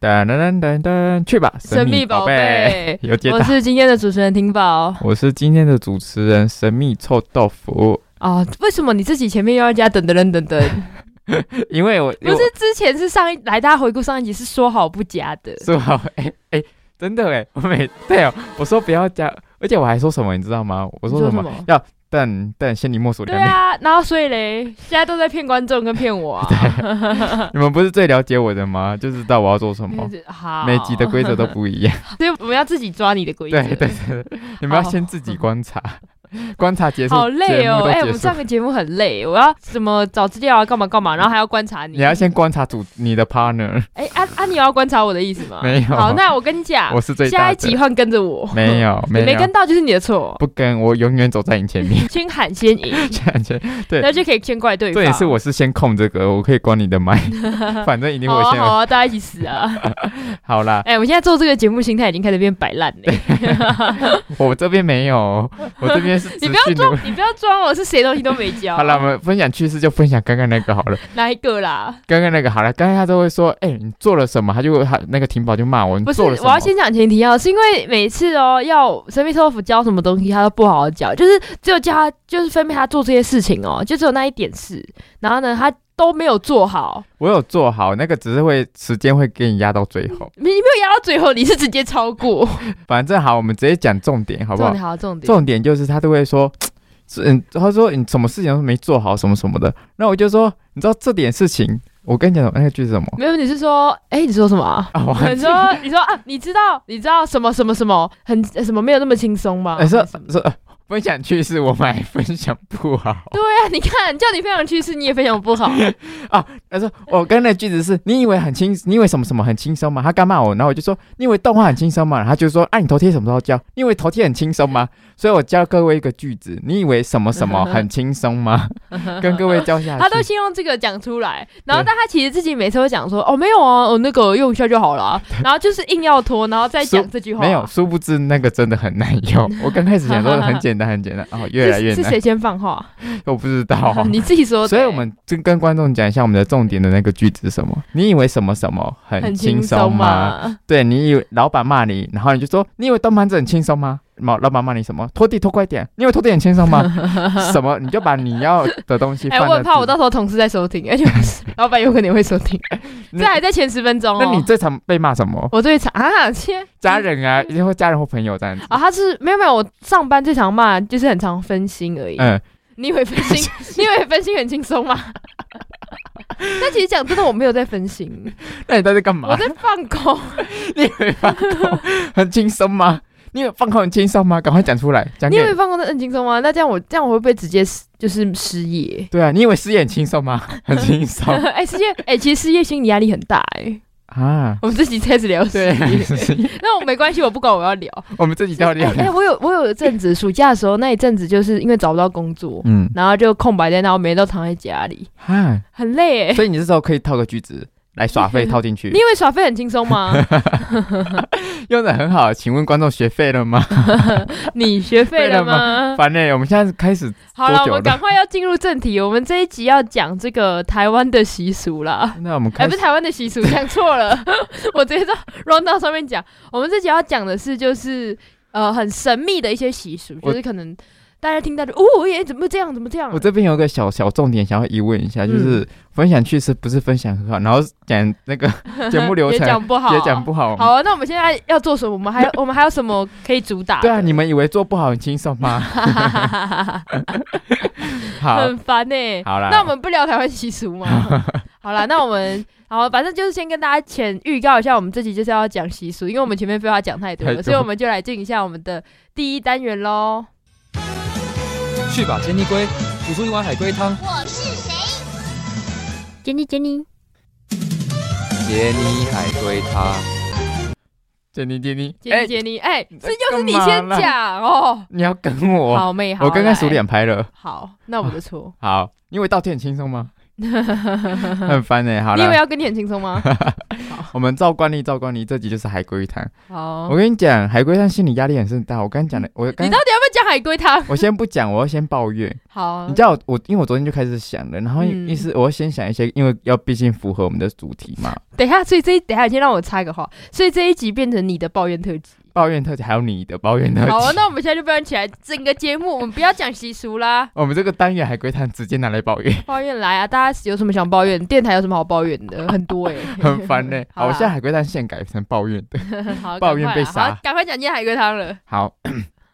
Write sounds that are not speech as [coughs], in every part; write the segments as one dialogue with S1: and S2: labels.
S1: 噔噔噔噔噔，去吧，
S2: 神秘
S1: 秘
S2: 宝
S1: 贝，。
S2: 贝
S1: 有接到
S2: 我。是今天的主持人婷宝
S1: 我是今天的主持人神秘臭豆腐，
S2: 哦，为什么你自己前面又要加等等等 [laughs] 等等？
S1: 因为我
S2: 不是之前是上一来大家回顾上一集是说好不加的，
S1: 是吧？ [laughs] 哎、哎、真的哎、我每对哦，我说不要加，而且我还说什么你知道吗？我说
S2: 你
S1: 什
S2: 说
S1: 么？
S2: 什么
S1: 要但但心里默数
S2: 对
S1: 两遍。
S2: 啊，然后所以嘞，现在都在骗观众跟骗我
S1: [laughs]
S2: 啊。
S1: 你们不是最了解我的吗？就知道我要做什么。
S2: 好，
S1: 每集的规则都，不一
S2: [laughs]
S1: 样。
S2: 所以我们要自己抓你的规则。
S1: 对对对，对你们要先自己观察，观察结束，
S2: 哦好累哦！
S1: 节
S2: 哎、
S1: 目都
S2: 我们
S1: 结束。
S2: 上个节目很累，我要怎么找资料啊，干嘛干嘛，然后还要观察你。
S1: 你要先观察主你的 partner，
S2: 哎、啊啊，你有要观察我的意思吗？
S1: 没有
S2: 好，那我跟你讲，
S1: 我是最
S2: 啊下
S1: 大
S2: 一集
S1: 的。
S2: 换跟着我。
S1: 没有
S2: [laughs] 你
S1: 没
S2: 没
S1: 有
S2: 跟，到就是你的错。
S1: 不跟我永远走在你前
S2: [laughs]
S1: 面。
S2: 先喊先赢，
S1: 感觉对
S2: 那就可以先怪对方。
S1: 重点是我是先控这个，我可以关你的
S2: [laughs]
S1: 麦，反正一定
S2: 好
S1: 会
S2: 啊
S1: 先
S2: 好啊，大家一起死
S1: [laughs]
S2: 啊！
S1: 好啦，
S2: 哎、我现在做这个节目心态已经开始变摆烂了。
S1: 我这边没有，我这边是
S2: [laughs] 你
S1: 资
S2: 不要
S1: 讯的。
S2: 装，你不要装，我是谁东西都没教。啊
S1: 好了，我们分享趣事就分享刚刚那个好了，
S2: 哪一个啦？
S1: 刚刚那个好了，刚刚他都会说，哎、你做了什么？他就他那个婷宝就骂我，你
S2: 不是，
S1: 做了什
S2: 我
S1: 么？
S2: 要先讲前提哦，是因为每次哦要神秘托福教什么东西，他都不好好教，就是只有教他，就是分配他做这些事情哦，就只有那一点事，然后呢他都没有做好，
S1: 我有做好，那个只是会时间会给你压到最后。
S2: 你你没有压到最后，你是直接超过，
S1: 反正好，我们直接讲重点好不
S2: 重
S1: 好
S2: 点？好重点，
S1: 重点就是他都会说，是嗯，他说你什么事情都没做好，什么什么的。那我就说，你知道这点事情，我跟你讲那个句是什么？
S2: 没有你是说，哎、你说什么啊？ [laughs]
S1: 啊，我
S2: 你说，你说啊，你知道，你知道什么什么什么很什么没有那么轻松吗？
S1: 哎说
S2: 还是什么
S1: 说呃分享趣事，我们还分享不好。
S2: 对啊，你看，叫你分享趣事，你也分享不好，
S1: 他说：“我刚才的句子是你以为很轻，你以为什么什么很轻松吗？”他干骂我，然后我就说：“你以为动画很轻松吗？”然后他就说：“啊，你头贴什么时候教？你以为头贴很轻松吗？”所以我教各位一个句子：“你以为什么什么很轻松吗？” [laughs] 跟各位教下去。
S2: [laughs] 他都先用这个讲出来，然后
S1: 对
S2: 但他其实自己每次都讲说哦没有啊，哦那个用一下就好
S1: [laughs]
S2: 了，啊然后就是硬要拖，然后再讲这句话。
S1: 没有，殊不知那个真的很难
S2: [laughs]
S1: 用。我刚开始想说很简单，很简单，哦，越来越
S2: 是是
S1: 难，
S2: 谁先放话？
S1: 我不知道。
S2: [laughs] 你自己说的。
S1: 所以，我们就跟观众讲一下我们的重点的那个句子是什么？你以为什么什么
S2: 很
S1: 很
S2: 轻
S1: 轻
S2: 松
S1: 松吗？
S2: 嘛？
S1: 对你以为老板骂你，然后你就说你以为当盘子很轻松吗？老老板骂你什么？拖地拖快点，你以为拖地很轻松吗？
S2: [laughs]
S1: 什么？你就把你要的东西
S2: 哎、
S1: 放在。
S2: 我很怕我到时候同事在收听，而且老板有可能会收听。
S1: [laughs] 那
S2: 这还在前十分钟
S1: 那你
S2: 哦。
S1: 最常被骂什么？
S2: 我最常啊，切
S1: 家人啊，
S2: [laughs]
S1: 因为家人或朋友这样子。
S2: 啊，他是没有没有，我上班最常骂就是很常分心而已。
S1: 嗯，
S2: 你以为分
S1: [laughs]
S2: 心？你以为分心很轻松吗？ [laughs] 但其实讲真的，我没有在分心，
S1: 那你到底在干
S2: 我
S1: 嘛？
S2: 在放空。
S1: 你以为放空很轻松吗？你以为放空很轻松吗？赶快讲出来，讲
S2: 你有没有
S1: 给。
S2: 放过那很轻松吗？那这样我这样我会不会直接失就是失业？
S1: 对啊，你以为失业很轻松吗？ [laughs] 很轻松
S2: [laughs]
S1: [laughs]
S2: 哎、失业哎、其实失业心理压力很大哎、
S1: 啊。
S2: 我们自己开始聊失
S1: 对
S2: 业，， [laughs] 那我没关系，我不管，我要聊。
S1: [laughs] 我们自己教
S2: 哎、哎
S1: 练。
S2: 我有我有一阵子暑假的时候，那一阵子就是因为找不到工作，
S1: 嗯，
S2: 然后就空白在那，我每天都躺在家里，
S1: 哈，
S2: 很累哎、
S1: 所以你这时候可以套个句子来耍废套进去。
S2: 你以为耍废很轻松吗？
S1: 用的很好，请问观众学废了
S2: [laughs]
S1: 吗？
S2: 你学废了吗？
S1: 烦欸嘞、我们现在开始，
S2: 好了，
S1: 多
S2: 我
S1: 久
S2: 们
S1: 了
S2: 赶快要进入正题。我 [laughs] 们这一集要讲这个台湾的习俗啦。
S1: 那我们
S2: 哎、
S1: 开
S2: 不
S1: 始，
S2: 是台湾的习俗，讲
S1: [laughs]
S2: 错了，我直接到 round 到上面讲。我们这集要讲的是，就是呃，很神秘的一些习俗，
S1: 我
S2: 就是可能大家听到就哦，耶，怎么这样，怎么这样
S1: 我？这边有个小小重点想要疑问一下，
S2: 嗯
S1: 就是分享趣事不是分享很好，然后讲那
S2: [laughs]
S1: 个节目流
S2: 也
S1: 程
S2: 讲不好，
S1: 也讲不好。
S2: 好、啊，那我们现在要做什么？我们还我们还有什么可以主打的？
S1: 对啊，你 [laughs] 们以为做不好很轻松吗？好，
S2: [laughs] 很烦欸呢、
S1: 好啦，
S2: 那我们不聊台湾习
S1: [laughs]
S2: 俗吗？好啦，那我们好，反正就是先跟大家前预告一下，我们这集就是要讲习俗，因为我们前面废话讲太多了，
S1: 太多
S2: 所以我们就来进一下我们的第一单元喽。
S3: 去吧，杰尼龟，煮出一碗海龟汤。
S4: 我是谁？
S2: 杰尼杰尼，
S3: 杰尼海龟汤，
S1: 杰尼杰尼，
S2: 杰
S1: 哎
S2: 尼，杰尼，哎、
S1: 你
S2: 这
S1: 在
S2: 又是你
S1: 干
S2: 先
S1: 嘛啦
S2: 讲哦。
S1: 你要跟我，
S2: 好妹，好
S1: 我刚刚数
S2: 来
S1: 两拍了。
S2: 好，那我的错。 [laughs]
S1: 好，因为道歉很轻松吗？很烦哎、 [laughs] 好
S2: 你以
S1: 了
S2: 为，要跟你很轻
S1: [laughs]
S2: 松吗？
S1: 我们照惯例，照惯例，这
S2: 哦
S1: 集就是海龟汤。
S2: 好
S1: 我，跟你讲，海龟汤心理压力很大。我刚讲的，我
S2: 嗯你
S1: 刚
S2: 到底要不要讲海龟汤？
S1: [laughs] 我先不讲，我要先抱怨。
S2: 好
S1: 你，知道我，因为我昨天就开始想了，然后
S2: 哦嗯
S1: 意思我要先想一些，因为要毕竟符合我们的主题
S2: [laughs]
S1: 嘛。
S2: 等一下，所以这一等一下先让我插一个话，所以这一集变成你的抱怨特辑。
S1: 抱怨特辑，还有你的抱怨特
S2: 好啊，
S1: 辑。
S2: 那我们现在就抱怨起来，整个节目我们不要讲习俗
S1: [laughs]
S2: 啦，
S1: 我们这个单元海龟汤直接拿来抱怨，
S2: 抱怨来啊！大家有什么想抱怨？电台有什么好抱怨的？很多哎、
S1: 很烦呢、
S2: [laughs] 好
S1: 好，
S2: 啦
S1: 我现在海龟汤现改成抱怨的。
S2: 好，
S1: 抱怨被
S2: 赶快啊
S1: 杀
S2: 好赶快讲今天海龟汤了。
S1: 好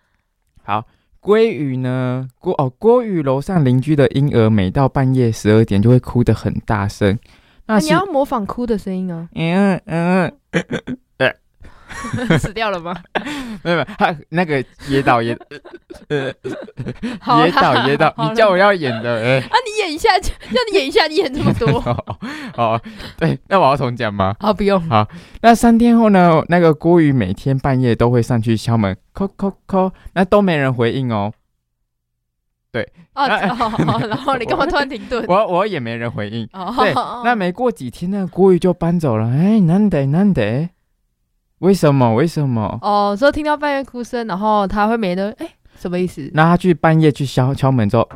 S1: [coughs] 好，鲑鱼呢？郭哦，郭鱼楼上邻居的婴儿，每到半夜十二点就会哭得很大声。那
S2: 啊你
S1: 是！
S2: 要模仿哭的声音啊
S1: [laughs] 嗯嗯，
S2: 死掉了吗？
S1: 没有没有，他那个噎到噎， [laughs] 呃，[laughs]
S2: 好
S1: 噎到噎到，你叫
S2: 我
S1: 我要演的，哎、
S2: 啊！你演一下，叫你演一下，你演这么多。
S1: [laughs] 哦哦，对，那我要重讲吗？
S2: 好，不用。
S1: 那三天后呢？那个郭宇每天半夜都会上去敲门，叩叩叩，那都没人回应哦，
S2: [laughs] 哦，
S1: 哎
S2: 好好，
S1: [laughs]
S2: 然后你干嘛突然停顿？
S1: 我我也没人回应。
S2: 哦，
S1: 对，那没过几天，那个郭宇就搬走了。哎，难得难得，为什么？为什么？
S2: [laughs] 哦，说听到半夜哭声，然后他会没的，哎，什么意思？
S1: 那他去半夜去敲敲门之后，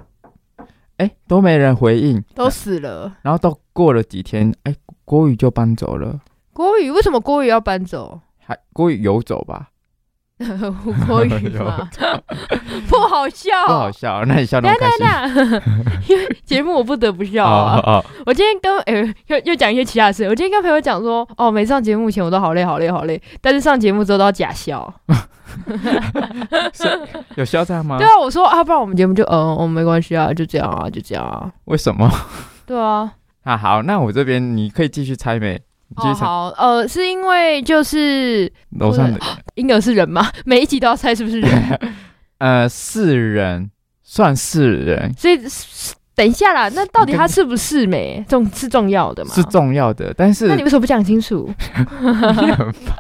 S1: 哎，都没人回应。
S2: 都死了。
S1: 然后到过了几天，哎，郭宇就搬走了，
S2: 郭宇为什么郭宇要
S1: [laughs]
S2: 搬走？
S1: 还郭宇游走吧，
S2: 国语 [laughs] 嘛，不好笑，
S1: [laughs] 不好笑。那你笑那么开心？
S2: 等一下。等一下 [laughs] 因为节目我不得不笑啊！
S1: 哦
S2: 我今天跟诶、又又讲一些其他的事。我今天跟朋友讲说，哦，每次上节目前我都好累好累好累，但是上节目之后都要假笑。
S1: 啊哦，是有笑这样吗
S2: 对？啊，我说啊，不然我们节目就嗯，我、们没关系啊，就这样啊，就这样啊。
S1: 为什么？
S2: 对啊，
S1: 啊，好，那我这边你可以继续猜没？你继
S2: 哦
S1: 续猜
S2: 好，呃，是因为就是
S1: 楼上的
S2: 婴儿是人嘛， [laughs] 每一集都要猜是不
S1: [laughs]
S2: 是人，
S1: 呃是人，算是人
S2: 所以等一下啦，那到底他是不是美重是重要的嘛？
S1: 是重要的，但是
S2: 那你为什么不讲
S1: [laughs]
S2: 清楚？
S1: 你很烦，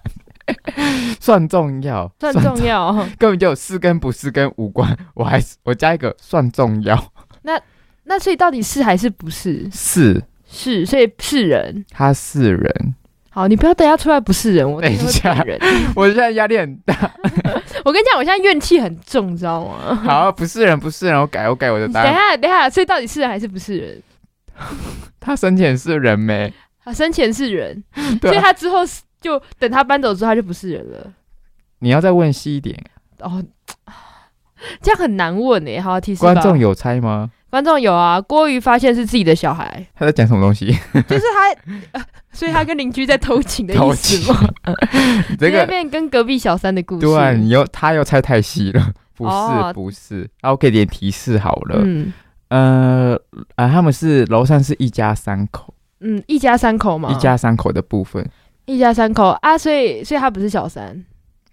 S1: [laughs] 算重要，
S2: 算重要。
S1: 根本就有是跟不是跟无关，我还是我加一个算重要
S2: 那所以到底是还是不是？
S1: 是。
S2: 是，所以是人。
S1: 他是人，
S2: 好，你不要等一下出来不是人，我
S1: 等一下
S2: 真的会变人。
S1: 我现在压力很
S2: [laughs]
S1: 大。
S2: 我跟你讲，我现在怨气很重，你知道
S1: [laughs]
S2: 吗？
S1: 好，不是人，不是人，我改，我改我的
S2: 你
S1: 答
S2: 等一
S1: 案。
S2: 下，等一下，所以到底是人还是不是人？
S1: 他生前是人没？
S2: 他生前是人，
S1: [laughs] 对啊
S2: 所以他之后是就等他搬走之后，他就不是人了。
S1: 你要再问细一点。
S2: 哦，这样很难问诶。好，提示吧
S1: 观众有猜吗？
S2: 观众有啊，郭瑜发现是自己的
S1: [laughs]
S2: 小孩，
S1: 他在讲什么东西？
S2: [laughs] 就是他， [laughs] 呃所以他跟邻居在偷情的
S1: 偷
S2: 意思 [laughs] 吗？
S1: 你这
S2: 直接
S1: 个
S2: 变跟隔壁小三的故事。
S1: 对啊，你又他又猜太细了。不
S2: 哦
S1: 是不是，那我给点提示好了。
S2: 嗯
S1: 呃啊，他们是楼上是一家三口，
S2: 嗯，一家三口嘛，
S1: 一家三口的部分
S2: 一家三口啊，所以所以他不是小三，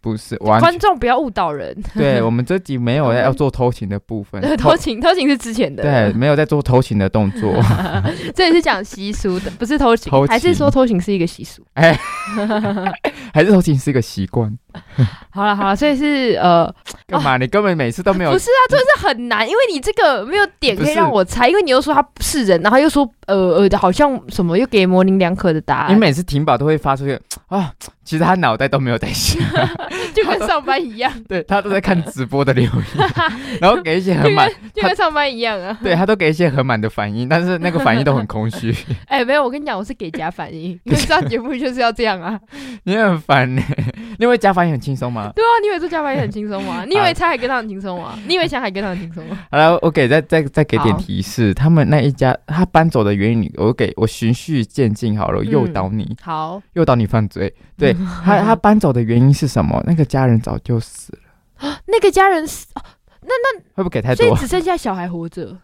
S1: 不是完
S2: 观
S1: 全。
S2: 众不要误导人。 [laughs]
S1: 对我们这集没有要做偷情的部分，
S2: 偷情，偷情是之前的，
S1: 对，没有在做偷情的动作。
S2: [laughs] 这也是讲习俗的，不是偷情，
S1: 偷情
S2: 还是说偷情是一个习俗？
S1: 哎，还是偷情是一个习惯。
S2: 哦好了好了，所以是呃，
S1: 干嘛？你根本每次都没有
S2: [laughs] 不是啊，这是很难，因为你这个没有点
S1: 不是
S2: 可以让我猜，因为你又说他不是人，然后又说呃呃，好像什么又给模棱两可的答
S1: 你
S2: 案，
S1: 每次停保都会发出一个啊，其实他脑袋都没有在想，
S2: [laughs] 就跟上班一
S1: [laughs]
S2: 样，
S1: 对他都在看直播的留言，
S2: [laughs]
S1: 然后给一些
S2: 就
S1: 很
S2: 跟
S1: 满，
S2: 就跟上班一样啊。
S1: 对他都给一些很满的反应，但是那个反应都很空虚， [laughs]
S2: 哎、没有，我跟你讲，我是给假反应，因为上节目就是要这样啊。
S1: 你很烦呢、你会加反应很轻松吗？
S2: 对啊，你以为做加班也很轻松吗？你以
S1: 啊
S2: 为猜海龟汤很轻松吗？你以为想海龟汤很轻松吗？
S1: 好了，我给再再再给点
S2: 好
S1: 提示，他们那一家他搬走的原因，我给我循序渐进好了，
S2: 嗯
S1: 诱导你，
S2: 好，
S1: 诱导你犯罪。对
S2: 嗯
S1: 他他搬走的原因是什么？那个家人早就死了，
S2: 那个家人死，哦
S1: 会不会给太
S2: 所以
S1: 多？
S2: 只剩下小孩活着。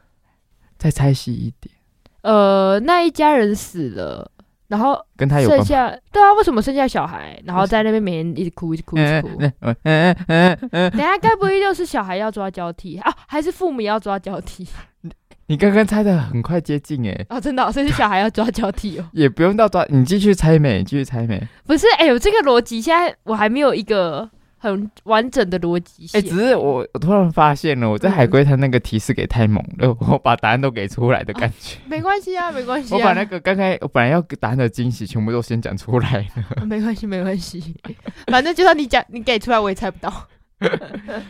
S1: 再猜细一点，
S2: 呃，那一家人死了，然后
S1: 跟他有关
S2: 剩
S1: 吗？
S2: 下对啊，为什么剩下小孩？然后在那边每天一直哭，一直哭，一直
S1: 嗯
S2: 哭。
S1: 嗯嗯嗯嗯嗯嗯，
S2: 等一下，该不会又是小孩要抓交替 [laughs] 啊？还是父母也要抓交替 [laughs]
S1: 你刚刚猜的很快接近哎、
S2: 哦，真的哦、所以是小孩要抓交替
S1: [laughs]
S2: 哦。
S1: 也不用到抓，你继续猜美，继续猜美。
S2: 不是，哎、呦，这个逻辑现在我还没有一个很很完整的逻辑
S1: 哎、
S2: 线。
S1: 只是我我突然发现了，我在海龟它那个提示给太猛了，
S2: 嗯
S1: 我把答案都给出来的感觉。
S2: 没关系啊，没关系、啊。
S1: 我把那个刚才我本来要给答案的惊喜全部都先讲出来
S2: [laughs]
S1: 了。
S2: 没关系，没关系， [laughs] 反正就算你讲，你给出来我也猜不
S1: [laughs]
S2: 到。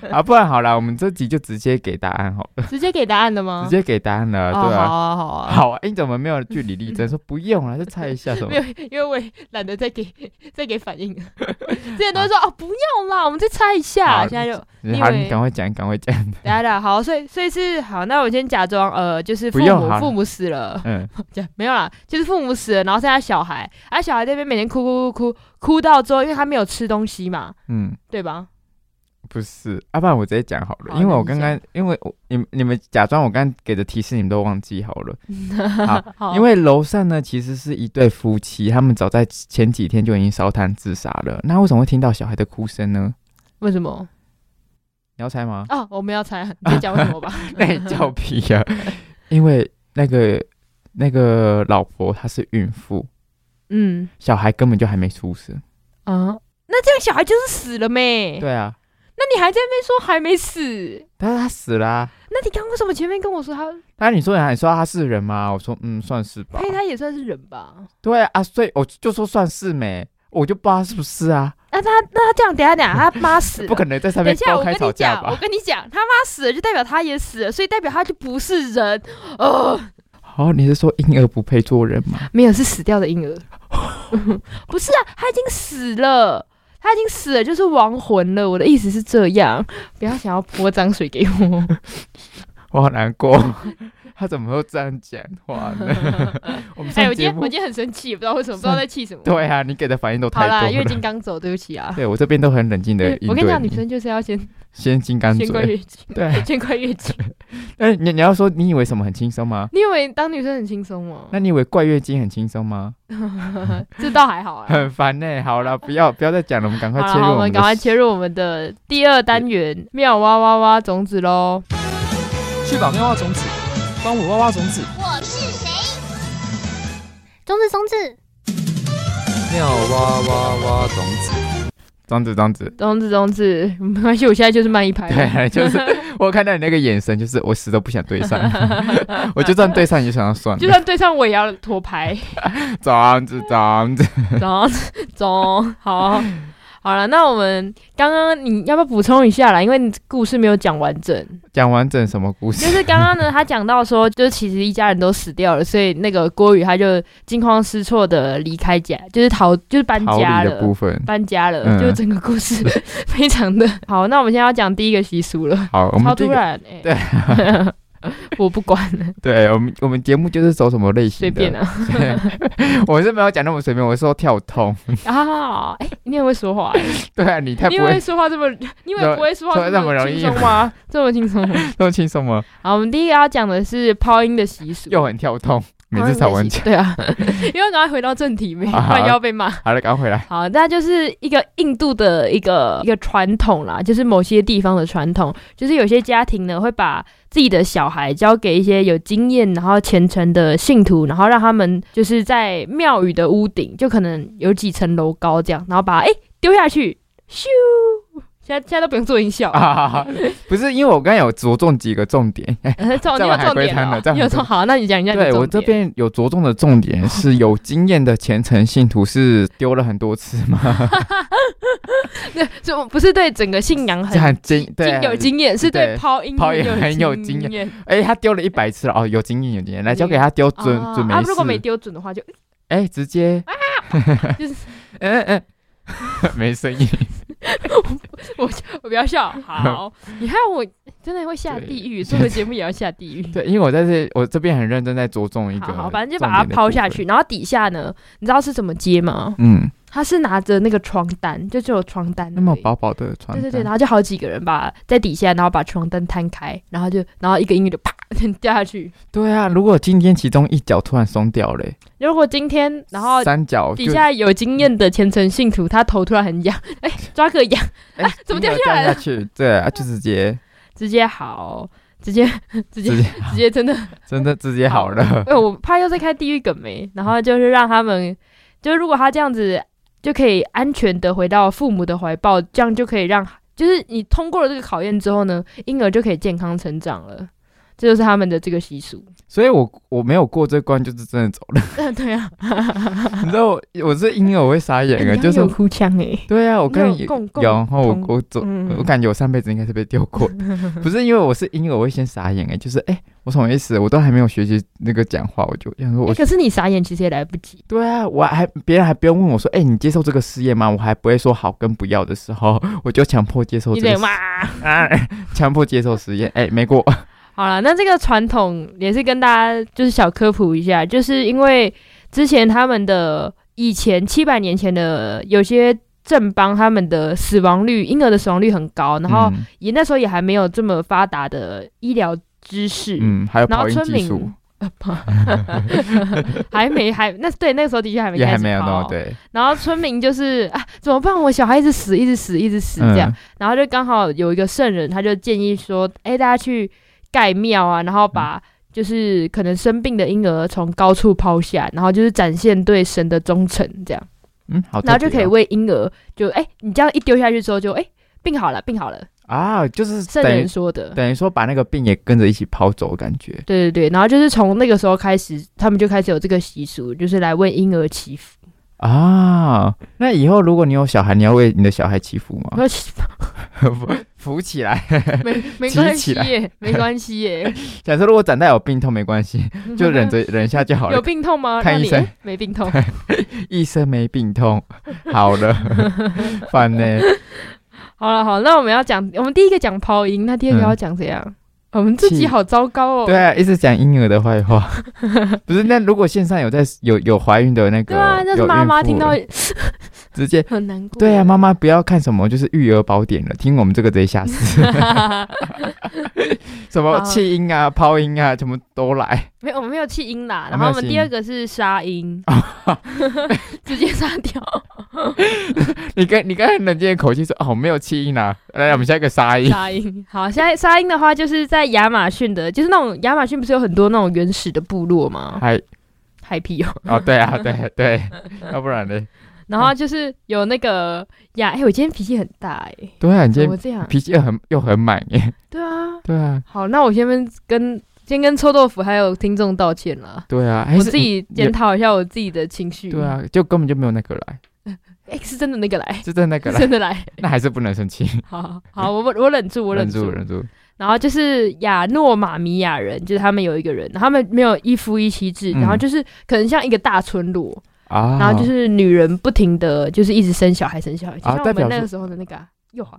S1: 啊，不然好了，我们这集就直接给答案好了，
S2: 直接给答案的吗？
S1: 直接给答案了，
S2: 哦，
S1: 对
S2: 好
S1: 啊。
S2: 啊，好啊，
S1: 好啊，哎你怎么没有据理力
S2: [laughs]
S1: 争？说不用了，就猜一下什么
S2: 没？有，因为我也懒得再给再给
S1: [laughs]
S2: 反应了。之前都会说、哦，不要啦，我们再猜一下。
S1: 好
S2: 现在就因
S1: 好，
S2: 为嗯
S1: 你赶快讲，赶快讲。
S2: 等一下等一下，好，所以所以是好，那我先假装呃，就是父
S1: 不用
S2: 母
S1: 好
S2: 父母死了，
S1: 嗯，
S2: 这样没有啦，就是父母死了，然后剩下小孩，啊，小孩这边每天哭哭哭哭哭到之后，因为他没有吃东西嘛，
S1: 嗯，
S2: 对吧？
S1: 不是，啊要、不然我直接讲好了，
S2: 好
S1: 因为
S2: 那
S1: 我
S2: 你
S1: 刚刚，因为我你们你们假装我刚刚给的提示你们都忘记好了，
S2: 好，
S1: 因为楼上呢其实是一对夫妻，他们早在前几天就已经烧炭自杀了，那为什么会听到小孩的哭声呢？
S2: 为什么
S1: 你要猜吗？
S2: [laughs] 啊？我们要猜，你先讲为
S1: [laughs]
S2: 什么吧。
S1: 那你叫屁呀、 [laughs] 因为那个那个老婆她是孕妇，
S2: 嗯。
S1: 小孩根本就还没出生。
S2: 啊，那这样小孩就是死了没？
S1: 对啊，
S2: 那你还在那边说还没死？
S1: 但是她死啦、啊。
S2: 那你刚刚为什么前面跟我说他
S1: 那你说你说她是人吗？我说嗯，算是吧。
S2: 呸？他也算是人吧？
S1: 对啊，所以我就说算是没，我就不知道是不是啊，
S2: 那他那他这样，等一下等一下，他妈死了。
S1: 不可能在上
S2: 等一
S1: 面
S2: 下，
S1: 公
S2: 我跟
S1: 开吵
S2: 你
S1: 架
S2: 讲，我
S1: 吧？
S2: 跟你讲，他妈死了就代表他也死了，所以代表他就不是人。呃，
S1: 哦，你是说婴儿不配做人吗？
S2: 没有，是死掉的婴儿。 [laughs] 不是啊，他已经死了，他已经死了，就是亡魂了。我的意思是这样，不要想要泼脏水给我。
S1: 我好难过， [laughs] 他怎么会这样讲话呢？ [laughs] 我们
S2: [laughs] 哎、
S1: 上
S2: 我
S1: 节
S2: 今天
S1: 目、
S2: 我今天很生气，不知道为什么，不知道在气什么。
S1: 对啊，你给的反应都太
S2: 好啦，
S1: 多
S2: 月
S1: 了。
S2: 经刚走，对不起啊。
S1: 对我这边都很冷静的
S2: 对
S1: 应
S2: 我跟你
S1: 对
S2: 讲，女生就是要先
S1: 先金刚
S2: 先怪
S1: 嘴，
S2: 月经，
S1: 对。
S2: 先怪月经。
S1: 但是你你要说你以为什么很轻松吗？
S2: 你以为当女生很轻松吗？
S1: 那你以为怪月经很轻松吗？ [laughs]
S2: 这倒还好啊啦。
S1: 很烦呢、好了，不要不要再讲了，我们赶
S2: 好
S1: 快
S2: 啦
S1: 切入
S2: 好
S1: 我
S2: 我
S1: 们
S2: 们
S1: 的
S2: 赶快切入我们的第二单元妙哇哇哇种子喽。
S3: 去吧，妙蛙种子，帮我挖挖种子，
S4: 我是谁？种子，种子，
S3: 妙蛙蛙蛙种子。
S1: 张子张子。
S2: 种子种子， [laughs] 没关系，我现在就是慢一拍。
S1: 对， [laughs] 就是我看到你那个眼神，就是我死都不想对上， [laughs] 我就算对上也就想要算
S2: 就
S1: 了。
S2: 算对上我也要拖拍。
S1: [laughs] 张子张子，
S2: 种种好。好了，那我们刚刚你要不要补充一下啦？因为你故事没有讲完整。
S1: 讲完整什么故
S2: 就
S1: 事？
S2: 是刚刚呢，他讲到说，就是其实一家人都死掉了，所以那个郭宇他就惊慌失措的离开家，就是逃，就是搬
S1: 逃
S2: 家
S1: 离的部
S2: 了。
S1: 分。
S2: 搬家了，
S1: 嗯
S2: 就整个故事非常的好。那我们现在要讲第一个习俗了，
S1: 好，我
S2: 超
S1: 们这
S2: 突
S1: 个
S2: 然，哎 [laughs] 我不管了，
S1: 对我们我们节目就是走什么类型
S2: 随
S1: 的？[laughs]
S2: 便啊
S1: 我是没有讲那么随便，我是说跳痛。
S2: 啊！哎，你很会说话，哎
S1: 对啊，你太
S2: 你
S1: 不
S2: 很会
S1: 会
S2: 说话这么，你
S1: 那
S2: 很不会说
S1: 说
S2: 话
S1: 得
S2: 这
S1: 那么容易
S2: 轻
S1: [laughs]
S2: 松吗？这么轻松吗？
S1: 那么轻松吗？
S2: 好，我们第一个要讲的是抛音的习俗，
S1: 又很跳痛，每次吵
S2: 讨
S1: 完架。
S2: 对啊， [laughs] 因为赶快回到正题，没
S1: 啊
S2: 不然又要被骂。
S1: 好了，赶快回来。 [laughs]
S2: 好，那就是一个印度的一个一个传统啦，就是某些地方的传统，就是有些家庭呢会把自己的小孩交给一些有经验然后虔诚的信徒，然后让他们就是在庙宇的屋顶，就可能有几层楼高这样，然后把哎丢下去，咻！现在现在都不用做音效，
S1: 啊，不是，因为我刚才有着重几个重点，
S2: 呃重、
S1: 再
S2: 你有
S1: 往海
S2: 重
S1: 龟
S2: 点
S1: 汤了
S2: 了
S1: 再，往
S2: 你有重好，那你讲一下你的
S1: 对
S2: 重
S1: 我这
S2: 点
S1: 边有着重的重点是有经验的虔诚信徒是丢了很多次吗？
S2: 对，就不是对整个信仰
S1: 这
S2: 很
S1: 很经对
S2: 经有经验，是
S1: 对
S2: 对抛音
S1: 抛音很
S2: 很
S1: 有
S2: 有
S1: 经验
S2: 验。
S1: 哎，他丢了一百次了哦，有经验有
S2: [laughs]
S1: 经验，来
S2: 有经
S1: 交
S2: 验
S1: 给他丢准
S2: 啊
S1: 准
S2: 啊，
S1: 没
S2: 如果没
S1: 事，
S2: 丢准的话就，
S1: 哎，直接 [laughs]
S2: 就是
S1: 嗯嗯， [laughs] 嗯没声
S2: [laughs]
S1: 音，
S2: 我不要笑。好，你看我真的会下地狱，做个节目也要下地狱。
S1: [laughs] 对，因为我在这我这边很认真在着重一个重点的部分，
S2: 好好，反正就把它抛下去，然后底下呢，你知道是怎么接吗？
S1: 嗯，
S2: 他是拿着那个床单，就只有床单而已，
S1: 那么薄薄的床单，
S2: 对对对，然后就好几个人把在底下，然后把床单摊开，然后就然后一个英语就啪 [laughs] 掉下去。
S1: 对啊，如果今天其中一角突然松掉嘞，
S2: 如果今天然后
S1: 三角
S2: 底
S1: 就
S2: 下有经验的虔诚信徒，他头突然很痒， [laughs] 哎，抓个痒，
S1: 哎
S2: 啊怎么
S1: 婴儿
S2: 掉下来
S1: 掉
S2: 了
S1: 下去，对
S2: [laughs]
S1: 啊，就直接
S2: 直接好，直接 [laughs] 直接
S1: 直接
S2: 直接真的
S1: 真的直接好了。
S2: 哎、我怕又在开地狱梗没，然后就是让他们，就是如果他这样子，就可以安全的回到父母的怀抱，这样就可以让，就是你通过了这个考验之后呢，婴儿就可以健康成长了。这就是他们的这个习俗。
S1: 所以我我没有过这关，就是真的走了。
S2: [laughs] 对啊，
S1: 你知道我我是婴儿，我会傻眼啊，
S2: 你
S1: 就是
S2: 有哭腔哎。
S1: 对啊，我跟
S2: 你有共共
S1: 有，然后我
S2: 同
S1: 我走，
S2: 嗯
S1: 我感觉我上辈子应该是被丢
S2: [laughs]
S1: 过，不是因为我是婴儿，我会先傻眼哎、就是哎、我什么意思？我都还没有学习那个讲话，我就想说我
S2: 欸可是你傻眼其实也来不及。
S1: 对啊，我还别人还不用问我说，哎、你接受这个事业吗？我还不会说好跟不要的时候，我就强迫接受
S2: 你
S1: 这个
S2: 得
S1: 事，
S2: 哇！
S1: 啊，强迫接受实验，哎、没过，
S2: 好了，那这个传统也是跟大家就是小科普一下，就是因为之前他们的以前七百年前的有些正邦，他们的死亡率婴儿的死亡率很高， [laughs] 然后
S1: 嗯
S2: 也那时候也还没有这么发达的医疗知识，
S1: 嗯，还有
S2: 然
S1: 跑
S2: 后
S1: 音
S2: 村
S1: 技
S2: 民 [laughs] 呃
S1: 术
S2: 还没还那对那时候的确还没
S1: 也
S2: 开
S1: 还
S2: 始
S1: 没有那
S2: 跑
S1: 么，对，
S2: 然后村民就是啊怎么办？我小孩一直死，一直死，一直死
S1: 嗯
S2: 这样，然后就刚好有一个圣人，他就建议说，哎、大家去盖庙啊，然后
S1: 嗯
S2: 把就是可能生病的婴儿从高处抛下，然后就是展现对神的忠诚，这样，
S1: 嗯，好特别哦，
S2: 然后就可以为婴儿就哎、你这样一丢下去之后就哎、病好了，病好了，
S1: 啊，就是
S2: 圣
S1: 等
S2: 人
S1: 于
S2: 说的。
S1: 等于说把那个病也跟着一起抛走，感觉
S2: 对对对，然后就是从那个时候开始，他们就开始有这个习俗，就是来为婴儿祈福。
S1: 啊。那以后如果你有小孩，你要为你的小孩祈福吗？
S2: 没
S1: 扶起来，
S2: 没
S1: 提
S2: 关系
S1: 起来
S2: 耶，没关系耶，
S1: 假设如果长大有病痛没关
S2: [laughs]
S1: 系， [laughs] 就忍着忍一下就好
S2: 有
S1: 了。
S2: 病痛吗？
S1: 看
S2: 那
S1: 医
S2: 你
S1: 生
S2: [laughs] 没病痛。
S1: 一生没病痛，好
S2: [laughs]
S1: 了，烦呢、
S2: 好了好，那我们要讲，我们第一个讲抛音，那第二个
S1: 嗯
S2: 要讲怎样？我们自己
S1: 气
S2: 好糟糕哦。
S1: 对啊，一直讲婴儿的坏话， [laughs] 不是？那如果线上有在有有怀孕的那个，
S2: 对啊，要是
S1: 有
S2: 妈妈
S1: 孕妇
S2: 听到
S1: 了直接。
S2: 很难过。
S1: 对啊，妈妈不要看什么就是育儿宝典了，听我们这个直接吓死。
S2: [laughs]
S1: 什么
S2: 好
S1: 弃婴啊、抛婴啊，什么都来。
S2: [laughs] 没有，我们没有弃音
S1: 啊
S2: 啦。然后我们
S1: 没有弃音
S2: 第二个是杀
S1: [laughs]
S2: 音，直接杀掉。
S1: 你跟你刚才冷静的口气说哦，没有弃婴啊，来，我们下一个杀婴。
S2: 杀音
S1: [laughs]
S2: 好，现在杀音的话，就是在亚马逊的，就是那种亚马逊不是有很多那种原始的部落吗？
S1: 还
S2: 嗨皮哦，
S1: 哦，对啊，对对，
S2: [laughs]
S1: 要不然呢？
S2: 然后就是有那个亚，哎、我今天脾气很大哎、
S1: 对啊，你今
S2: 我
S1: 天
S2: 这样，
S1: 脾气又很又很满耶。
S2: 对啊。
S1: 对啊，
S2: 好，那我先跟跟先跟臭豆腐还有听众道歉了。
S1: 对啊，还
S2: 我
S1: 是
S2: 自己
S1: 你
S2: 检讨一下我自己的情绪。
S1: 对，啊，就根本就没有那个来，
S2: 哎、是真的那个来，
S1: 就在那个
S2: [laughs]
S1: 来，
S2: 真的来。
S1: 那还是不能生气。
S2: 好好，我我忍住，我忍
S1: 忍
S2: 住。
S1: 忍住。
S2: 然后就是亚诺马米亚人，就是他们有一个人，他们没有一夫一妻制，
S1: 嗯
S2: 然后就是可能像一个大村落，
S1: 啊，
S2: 然后就是女人不停的就是一直生小孩，生小孩，就
S1: 啊
S2: 像我
S1: 代
S2: 们
S1: 表
S2: 那
S1: 说
S2: 个时候的那个啊幼华。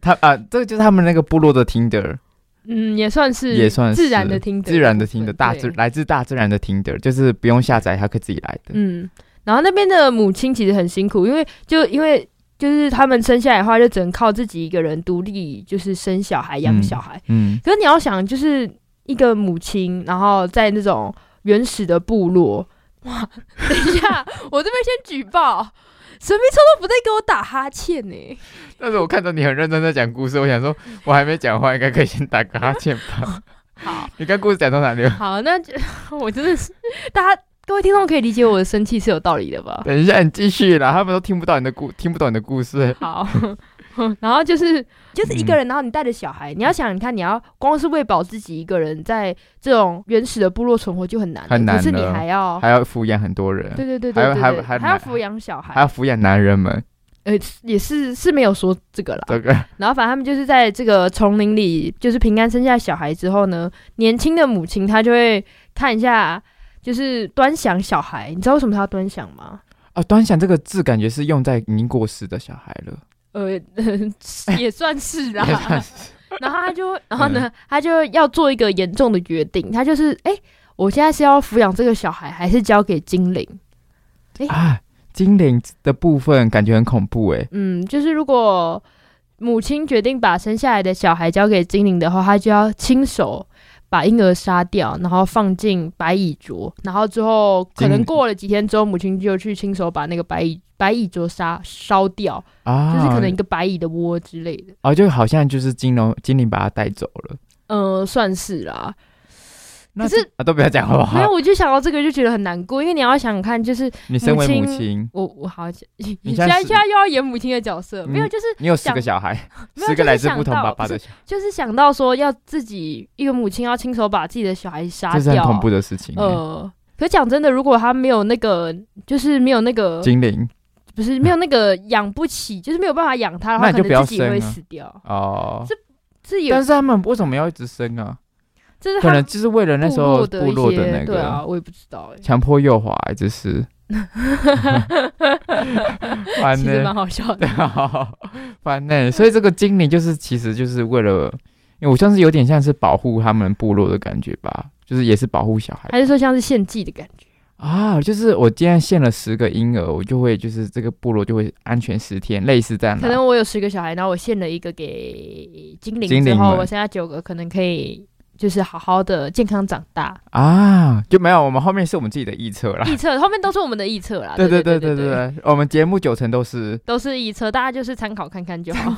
S1: 他啊，这个就是他们那个部落的听的，
S2: 嗯，也算是
S1: 也算
S2: 自然
S1: 是
S2: 的听得
S1: 自然的
S2: 部分
S1: 听的，大自
S2: 对
S1: 来自大自然的听的，就是不用下载，它可以自己来的。
S2: 嗯，然后那边的母亲其实很辛苦，因为就因为就是他们生下来的话，就只能靠自己一个人独立，就是生小孩、养
S1: 嗯
S2: 小孩。
S1: 嗯
S2: 可是你要想，就是一个母亲，然后在那种原始的部落，哇！等一下，我这边先举报，神秘臭豆腐在给我打哈欠呢、
S1: 但是我看到你很认真在讲故事，我想说，我还没讲话，应该可以先打个哈欠
S2: [laughs]
S1: 吧。
S2: [laughs] 好，
S1: 你看故事讲到哪里了？
S2: 好，那就 [laughs] 我真的是，大家各位听众可以理解我的生气是有道理的吧？
S1: 等一下，你继续啦，他们都听不到你的故，听不懂你的故事。
S2: [laughs] 好，然后就是就是
S1: 嗯
S2: 一个人，然后你带着小孩，你要想，你看你要光是喂饱自己一个人，在这种原始的部落存活就很难了，
S1: 很难
S2: 可是你
S1: 了
S2: 还要。
S1: 还要抚养很多人，
S2: 对对对
S1: 还
S2: 对
S1: 要
S2: 对
S1: 还
S2: 对，
S1: 还
S2: 还要
S1: 买
S2: 抚养小孩，
S1: 还要抚养男人们，
S2: 呃，也是是没有说这个啦。
S1: 这个
S2: 然后反正他们就是在这个丛林里，就是平安生下小孩之后呢，年轻的母亲她就会看一下，就是端详小孩。你知道为什么她要端详吗？
S1: 啊，端详这个字感觉是用在已经过世的小孩了，
S2: 呃， [laughs] 也算是
S1: [laughs]
S2: 啦。
S1: 也算是
S2: 然后她就，然后呢，
S1: 嗯
S2: 她就要做一个严重的决定，她就是，哎、我现在是要抚养这个小孩，还是交给精灵？
S1: 啊，精灵的部分感觉很恐怖哎、
S2: 嗯，就是如果母亲决定把生下来的小孩交给精灵的话，她就要亲手把婴儿杀掉，然后放进白蚁桌，然后之后可
S1: 精
S2: 能
S1: 灵
S2: 过了几天之后，母亲就去亲手把那个白蚁白蚁桌杀烧掉，
S1: 啊，
S2: 就是可能一个白蚁的窝之类的。
S1: 哦，就好像就是金龙精灵把他带走了，
S2: 嗯、算是啦。
S1: 那
S2: 可是
S1: 啊，都不要讲好不
S2: 没有，
S1: 好？
S2: 我就想到这个就觉得很难过，因为你要想看，就是
S1: 你身为母
S2: 母亲
S1: 亲，
S2: 我我好像
S1: 你
S2: 现
S1: 现在
S2: 在
S1: 是
S2: 现在又要演母亲的角色，没有，
S1: 嗯
S2: 就是
S1: 你有十个
S2: 想
S1: 小孩，
S2: 没
S1: 十
S2: 有就
S1: 个
S2: 是
S1: 来自
S2: 想
S1: 不同
S2: 到
S1: 爸
S2: 不
S1: 爸
S2: 是
S1: 的小孩，
S2: 就是想到说要自己一个母亲要亲手把自己的小孩杀
S1: 这是很
S2: 掉，啊
S1: 恐怖的事情。欸
S2: 呃，可讲真的，如果他没有那个，就是没有那个，
S1: 精灵
S2: 不是没有那个养不起，就是没有办法养他的
S1: 那
S2: 话，
S1: 你就
S2: 可
S1: 不要
S2: 能自己
S1: 生
S2: 会
S1: 啊
S2: 死掉。
S1: 哦，
S2: 是有
S1: 但，是他们为什么要一直生啊？
S2: 这是
S1: 可
S2: 他
S1: 能就是为了那时候
S2: 部
S1: 部落
S2: 一些
S1: 的那
S2: 对
S1: 个
S2: 啊，我也不知道哎、
S1: 强迫诱惑，这
S2: [laughs]
S1: 是烦
S2: 其实蛮
S1: 呢，
S2: 好笑的
S1: [laughs] 对。啊，烦呢。所以这个精灵就是，其实就是为了，因为我像是有点像是保护他们部落的感觉吧，就是也是保护小孩
S2: 还是说像是献祭的感觉？
S1: 啊。就是我今天献了十个婴儿，我就会就是这个部落就会安全十天，类似这样
S2: 可
S1: 的啊。
S2: 能我有十个小孩，然后我献了一个给精灵，
S1: 精灵
S2: 之后
S1: 们
S2: 我剩下九个可能可以就是好好的健康长大。
S1: 啊，就没有我们后面是我们自己的臆测啦。
S2: 臆测后面都是我们的臆测啦，
S1: 对
S2: 对
S1: 对对
S2: 啊对
S1: 对对，对，我们节目九成都是
S2: 都是臆测，大家就是参考看看就好。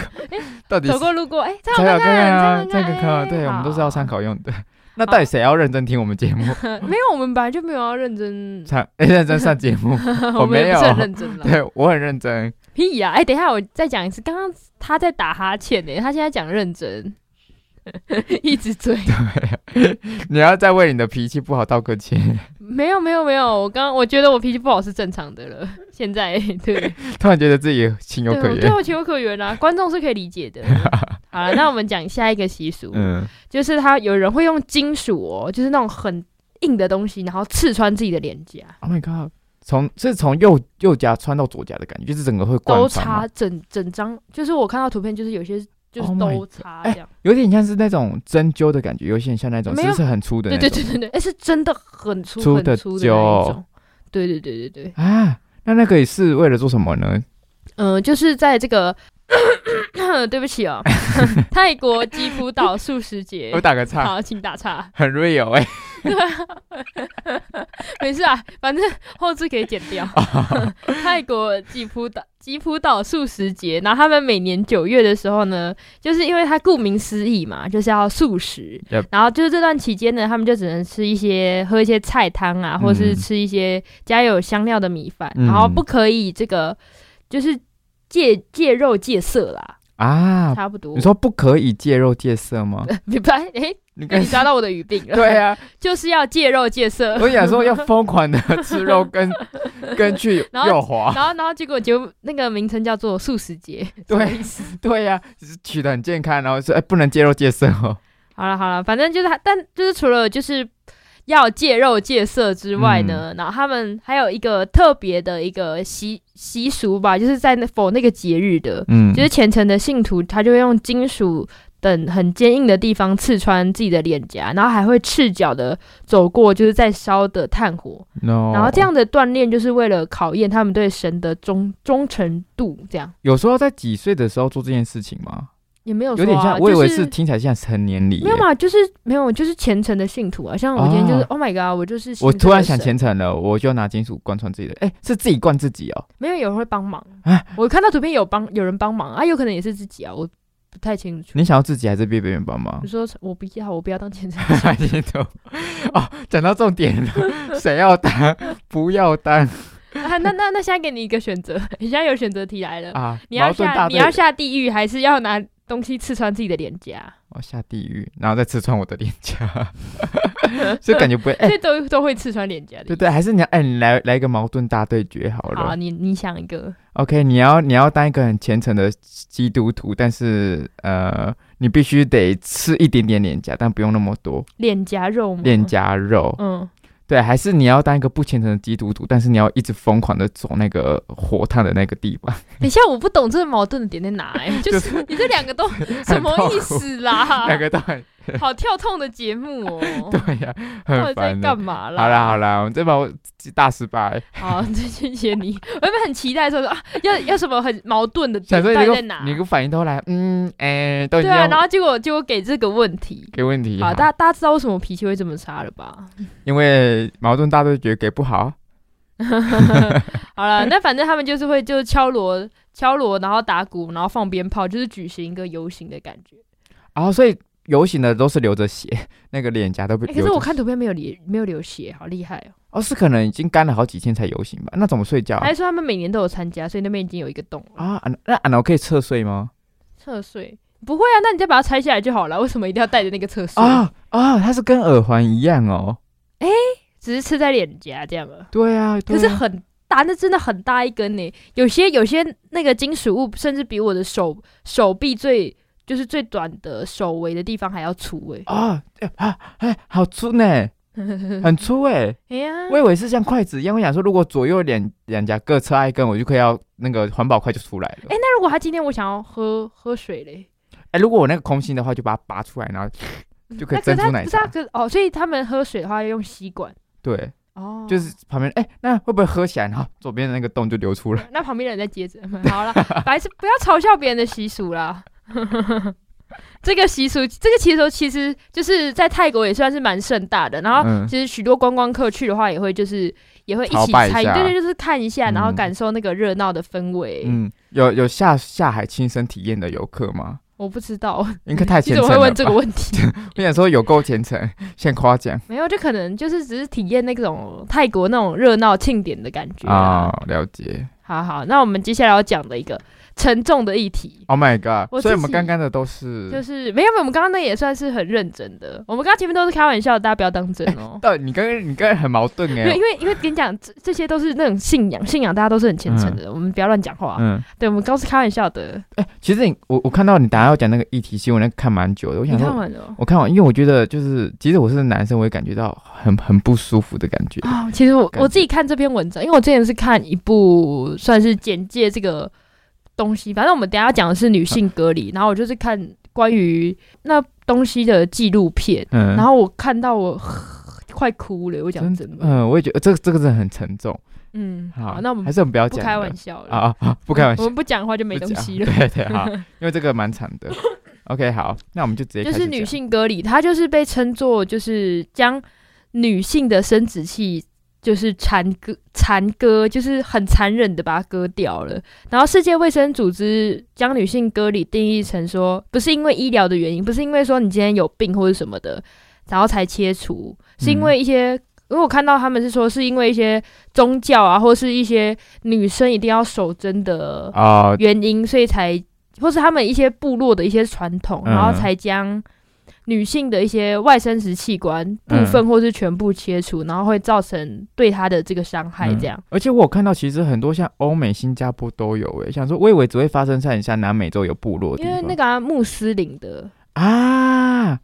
S1: 到底
S2: 走
S1: 是
S2: 过路过，哎，参考
S1: 参考看
S2: 看
S1: 看啊
S2: 看，，
S1: 这
S2: 参
S1: 个
S2: 考
S1: 看啊，
S2: 看，
S1: 对我们都是要参
S2: 考。
S1: 考用的。那到底谁要认真听我们节目？
S2: 没有，我们本来就没有要
S1: [laughs]
S2: 认真， [laughs]
S1: 参哎认真上节目，我
S2: 们
S1: 没
S2: 也
S1: 有
S2: 不是很认真
S1: [laughs]
S2: 了。
S1: 对我很认真。
S2: 屁呀！哎，等一下，我再讲一次。刚刚他在打哈欠呢，他现在讲认真， [laughs] 一直追。 [laughs]
S1: 你要再为你的脾气不好道个歉。 [laughs]
S2: 没有，没有，没有。我刚我觉得我脾气不好是正常的了。现在对
S1: 突然觉得自己情有
S2: 对，
S1: 可
S2: 我对
S1: 原。
S2: 我情有可原啊，观众是可以
S1: [laughs]
S2: 理解的。好了，那我们讲下一个习俗。
S1: 嗯，
S2: 就是他有人会用金属哦，就是那种很硬的东西，然后刺穿自己的脸颊，
S1: Oh my god，从是从右右颊穿到左颊的感觉，就是整个会
S2: 都
S1: 贯穿
S2: 插
S1: 嘛，
S2: 整整张。就是我看到图片，就是有些就是
S1: Oh my
S2: 都插这样。
S1: 有点像是那种针灸的感觉，有点像那种，
S2: 没
S1: 是
S2: 有
S1: 不是很粗的那
S2: 对
S1: 种？
S2: 对对对对，哎、是真的很粗
S1: 粗
S2: 很
S1: 的
S2: 粗的那一
S1: 揪
S2: 种。对对对对对，
S1: 啊，那那个也是为了做什么呢？
S2: 嗯、就是在这个 [coughs] 对
S1: [laughs]
S2: 不起哦， [laughs] 泰国吉普岛素食节
S1: 我。打个岔，
S2: 好，请打岔。
S1: 很 real 哎、
S2: [laughs] 没事啊，反正后置可以剪掉。 [laughs] 泰国吉普岛吉普岛素食节，然后他们每年九月的时候呢，就是因为它顾名思义嘛，就是要素食。
S1: Yep
S2: 然后就是这段期间呢，他们就只能吃一些喝一些菜汤啊，或是
S1: 嗯
S2: 吃一些加有香料的米饭，
S1: 嗯
S2: 然后不可以这个就是戒戒肉戒色啦，
S1: 啊，
S2: 差不多。
S1: 你说不可以戒肉戒色吗？
S2: 你 [laughs] 不哎，诶
S1: 你
S2: [laughs] 你抓到我的语病了。
S1: 对，啊，
S2: [laughs] 就是要戒肉戒色。
S1: 我想说要疯狂的吃肉
S2: [laughs]
S1: 跟跟去
S2: 然后
S1: 右滑，
S2: [laughs] 然后，然后结果节目那个名称叫做素食节， [laughs]
S1: 对
S2: 什么意思？
S1: 对呀、只是取得很健康，然后说哎、不能戒肉戒色哦，
S2: 好了好了，反正就是他，但就是除了就是要戒肉戒色之外呢，
S1: 嗯
S2: 然后他们还有一个特别的一个习习俗吧，就是在那否那个节日的，
S1: 嗯
S2: 就是虔诚的信徒，他就会用金属等很坚硬的地方刺穿自己的脸颊，然后还会赤脚的走过就是在烧的炭火，
S1: no，
S2: 然后这样的锻炼就是为了考验他们对神的忠忠诚度，这样。
S1: 有时候在几岁的时候做这件事情吗？
S2: 也没有、说
S1: 有点
S2: 啊
S1: 像，我以为
S2: 就是
S1: 听起来像成年礼耶
S2: 没有。嘛，就是没有，就是虔诚的信徒啊。像我今天就是、o h my God，我就是信
S1: 我
S2: 这个
S1: 突然想
S2: 神
S1: 虔诚了，我就拿金属贯穿自己的，哎、是自己灌自己哦。
S2: 没有有人会帮忙
S1: 啊
S2: 我看到图片有帮有人帮忙啊，有可能也是自己啊，我不太清楚。
S1: 你想要自己还是被别人帮忙。
S2: [laughs] 你？说我不要，我不要当虔诚 [laughs]
S1: 你都哦，讲到重点了，谁要当？不要当
S2: 啊、那那那现在给你一个选择， [laughs] 你现在有选择题来了，
S1: 啊！
S2: 你要
S1: 矛盾
S2: 下
S1: 大
S2: 你
S1: 队
S2: 要下地狱，还是要拿东西刺穿自己的脸颊？
S1: 我哦下地狱，然后再刺穿我的脸
S2: [laughs]
S1: 颊，就感觉不会。哎、
S2: 这都都会刺穿脸颊
S1: 对
S2: 的。
S1: 对，还是你要哎、你来来一个矛盾大对决好了。
S2: 好，你你想一个，
S1: OK，你要你要当一个很虔诚的基督徒，但是呃，你必须得吃一点点脸颊，但不用那么多
S2: 脸颊肉吗？
S1: 脸，颊肉。
S2: 嗯，
S1: 对，还是你要当一个不虔诚的基督徒，但是你要一直疯狂的走那个火炭的那个地方，
S2: 等一下，我不懂这个矛盾的点在哪、哎，就
S1: 就是
S2: 你这两
S1: [laughs]
S2: 个都什么意思啦？
S1: 两个都很 [laughs]
S2: 好跳痛的节目哦，
S1: 对
S2: [laughs]
S1: 呀、
S2: 到
S1: 很
S2: 底在
S1: 烦的
S2: 干。嘛啦？
S1: 好啦好啦，我们这把我大失败，
S2: 好，谢谢你。我原本很期待说啊，要要什么很矛盾的
S1: 想说
S2: 点到
S1: 你
S2: 底
S1: 个
S2: 在哪？
S1: 你个反应都来，嗯，哎、都已
S2: 对
S1: 经
S2: 啊，
S1: 要
S2: 然后结果结果给这个问题。
S1: 给问题
S2: 好，
S1: 哈，
S2: 大大家知道为什么脾气会这么差了
S1: [laughs]
S2: 吧？
S1: 因为矛盾大对决给不好，
S2: 好了，那反正他们就是会就是敲锣敲锣，然后打鼓，然后放鞭炮，就是举行一个游行的感觉。
S1: 然、后所以游行的都是流着血，那个脸颊都被
S2: 欸
S1: 流着
S2: 可
S1: 血。
S2: 是我看图片没有流没有流血，好厉害哦！
S1: 哦，是可能已经干了好几天才游行吧？那怎么睡觉啊
S2: 还？是说他们每年都有参加，所以那边已经有一个洞了。
S1: 啊，啊那俺我可以侧睡吗？
S2: 侧睡不会啊，那你再把它拆下来就好了。为什么一定要带着那个侧睡？
S1: 啊啊，它是跟耳环一样哦。
S2: 只是刺在脸颊这样啊。
S1: 对啊，
S2: 可
S1: 对
S2: 是
S1: 啊
S2: 很大，那真的很大一根呢。有些有些那个金属物，甚至比我的手手臂最就是最短的手围的地方还要粗哎。
S1: 啊哎啊哎，好粗呢，很粗哎。
S2: [laughs] 哎
S1: [laughs]
S2: 呀，
S1: 我以为是像筷子一样，我想说，如果左右两两颊各插一根，我就可以要那个环保筷就出来了。
S2: 哎那如果他今天我想要喝喝水嘞，
S1: 哎、如果我那个空心的话，就把它拔出来，然后就可以
S2: 那可
S1: 珍
S2: 是
S1: 珠
S2: 他
S1: 奶
S2: 不是
S1: 茶。
S2: 啊，可哦，所以他们喝水的话要用吸管
S1: 对，
S2: 哦，
S1: 就是旁边，哎、那会不会喝起来，然后左边的那个洞就流出来？
S2: 那旁边人在接着。好了， [laughs] 白痴，不要嘲笑别人的习俗啦。 [laughs] 这个习俗，这个习俗其实就是在泰国也算是蛮盛大的，然后
S1: 嗯
S2: 其实许多观光客去的话，也会就是也会一
S1: 朝
S2: 起
S1: 拜一
S2: 参与，
S1: 下
S2: 对对，就是看一下，
S1: 嗯
S2: 然后感受那个热闹的氛围。
S1: 嗯，有有下下海亲身体验的游客吗？
S2: 我不知道，
S1: 应该太
S2: 嗯你
S1: 虔
S2: 怎
S1: 诚
S2: 么会
S1: 了吧。
S2: 问这个问题？
S1: [laughs] 我想说有够虔
S2: [laughs]
S1: 诚，先夸奖
S2: 没有，就可能就是只是体验那种泰国那种热闹庆典的感觉
S1: 啊、
S2: 啊。
S1: 了解。
S2: 好好，那我们接下来要讲的一个沉重的议题，
S1: Oh my god！
S2: 我自己
S1: 所以我们刚刚的都是，
S2: 就是没有没有，我们刚刚那也算是很认真的，我们刚刚前面都是开玩笑的，大家不要当真哦。
S1: 到你刚刚你刚刚很矛盾
S2: 因
S1: 哎、
S2: 为因为因为跟你讲，这这些都是那种信仰，信仰大家都是很虔诚的，我们不要乱讲话。
S1: 嗯，哎
S2: 对，我们刚刚是开玩笑的。
S1: 其实你我我看到你等下要讲那个议题新闻，那看蛮久的。我
S2: 你
S1: 想
S2: 看
S1: 说，
S2: 完了
S1: 我看完，因为我觉得就是，即使我是男生，我也感觉到很很不舒服的感觉。
S2: 啊、其实我
S1: 感觉
S2: 我自己看这篇文章，因为我之前是看一部算是简介这个东西，反正我们等一下要讲的是女性隔
S1: 嗯
S2: 离，然后我就是看关于那东西的纪录片，
S1: 嗯，
S2: 然后我看到我 [sighs] 快哭了，我讲真的，
S1: 嗯，我也觉得这个这个真的很沉重。
S2: 嗯，
S1: 好
S2: 好，，那我们
S1: 还是我们不要
S2: 不
S1: 讲
S2: 开玩
S1: 了
S2: 笑了，
S1: 啊啊啊！不开玩
S2: 我
S1: 笑，
S2: 们不讲的话就没
S1: 不
S2: 东
S1: 讲
S2: 西了。
S1: 对对，
S2: [laughs]
S1: 好，因为这个蛮惨的。OK，好，那我们就直接
S2: 就
S1: 开
S2: 是
S1: 始
S2: 女
S1: 讲
S2: 性隔离，它就是被称作就是将女性的生殖器就是残割残割，就是很残忍的把它割掉了。然后世界卫生组织将女性割礼定义成说，不是因为医疗的原因，不是因为说你今天有病或者什么的，然后才切除，是
S1: 嗯
S2: 因为一些。因为我看到他们是说，是因为一些宗教啊，或是一些女生一定要守贞的
S1: 啊，
S2: 原因，所以才或是他们一些部落的一些传统，
S1: 嗯
S2: 然后才将女性的一些外生殖器官部
S1: 嗯
S2: 分或是全部切除，然后会造成对她的这个伤害。这样
S1: 嗯、而且我有看到，其实很多像欧美、新加坡都有诶、想说我以为只会发生在你像南美洲有部落的地
S2: 因
S1: 方，
S2: 为那个、啊、穆斯林的，
S1: 啊，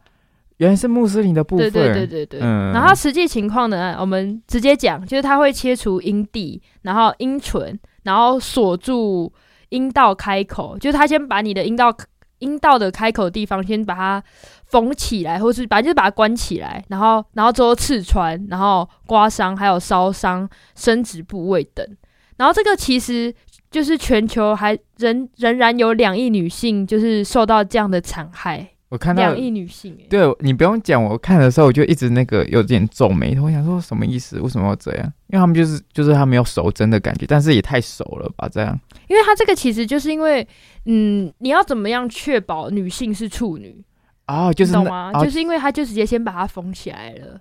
S1: 原来是穆斯林的部
S2: 对
S1: 分，
S2: 对对对对。
S1: 嗯
S2: 然后实际情况呢，我们直接讲，就是它会切除阴蒂，然后阴唇，然后锁住阴道开口，就是它先把你的阴道阴道的开口地方先把它缝起来，或是把就是把它关起来，然后然后之后刺穿，然后刮伤，还有烧伤生殖部位等。然后这个其实就是全球还仍仍然有两亿女性就是受到这样的残害，
S1: 我看到
S2: 两。亿女性、欸，
S1: 对你不用讲，我看的时候我就一直那个有点皱眉头，我想说什么意思？为什么要这样？因为他们就是就是他没有熟真的感觉，但是也太熟了吧？这样
S2: 因为它这个其实就是因为，嗯，你要怎么样确保女性是处女，
S1: 啊，就是
S2: 你懂
S1: 那
S2: 吗？
S1: 啊
S2: 就是因为它就直接先把它封起来了。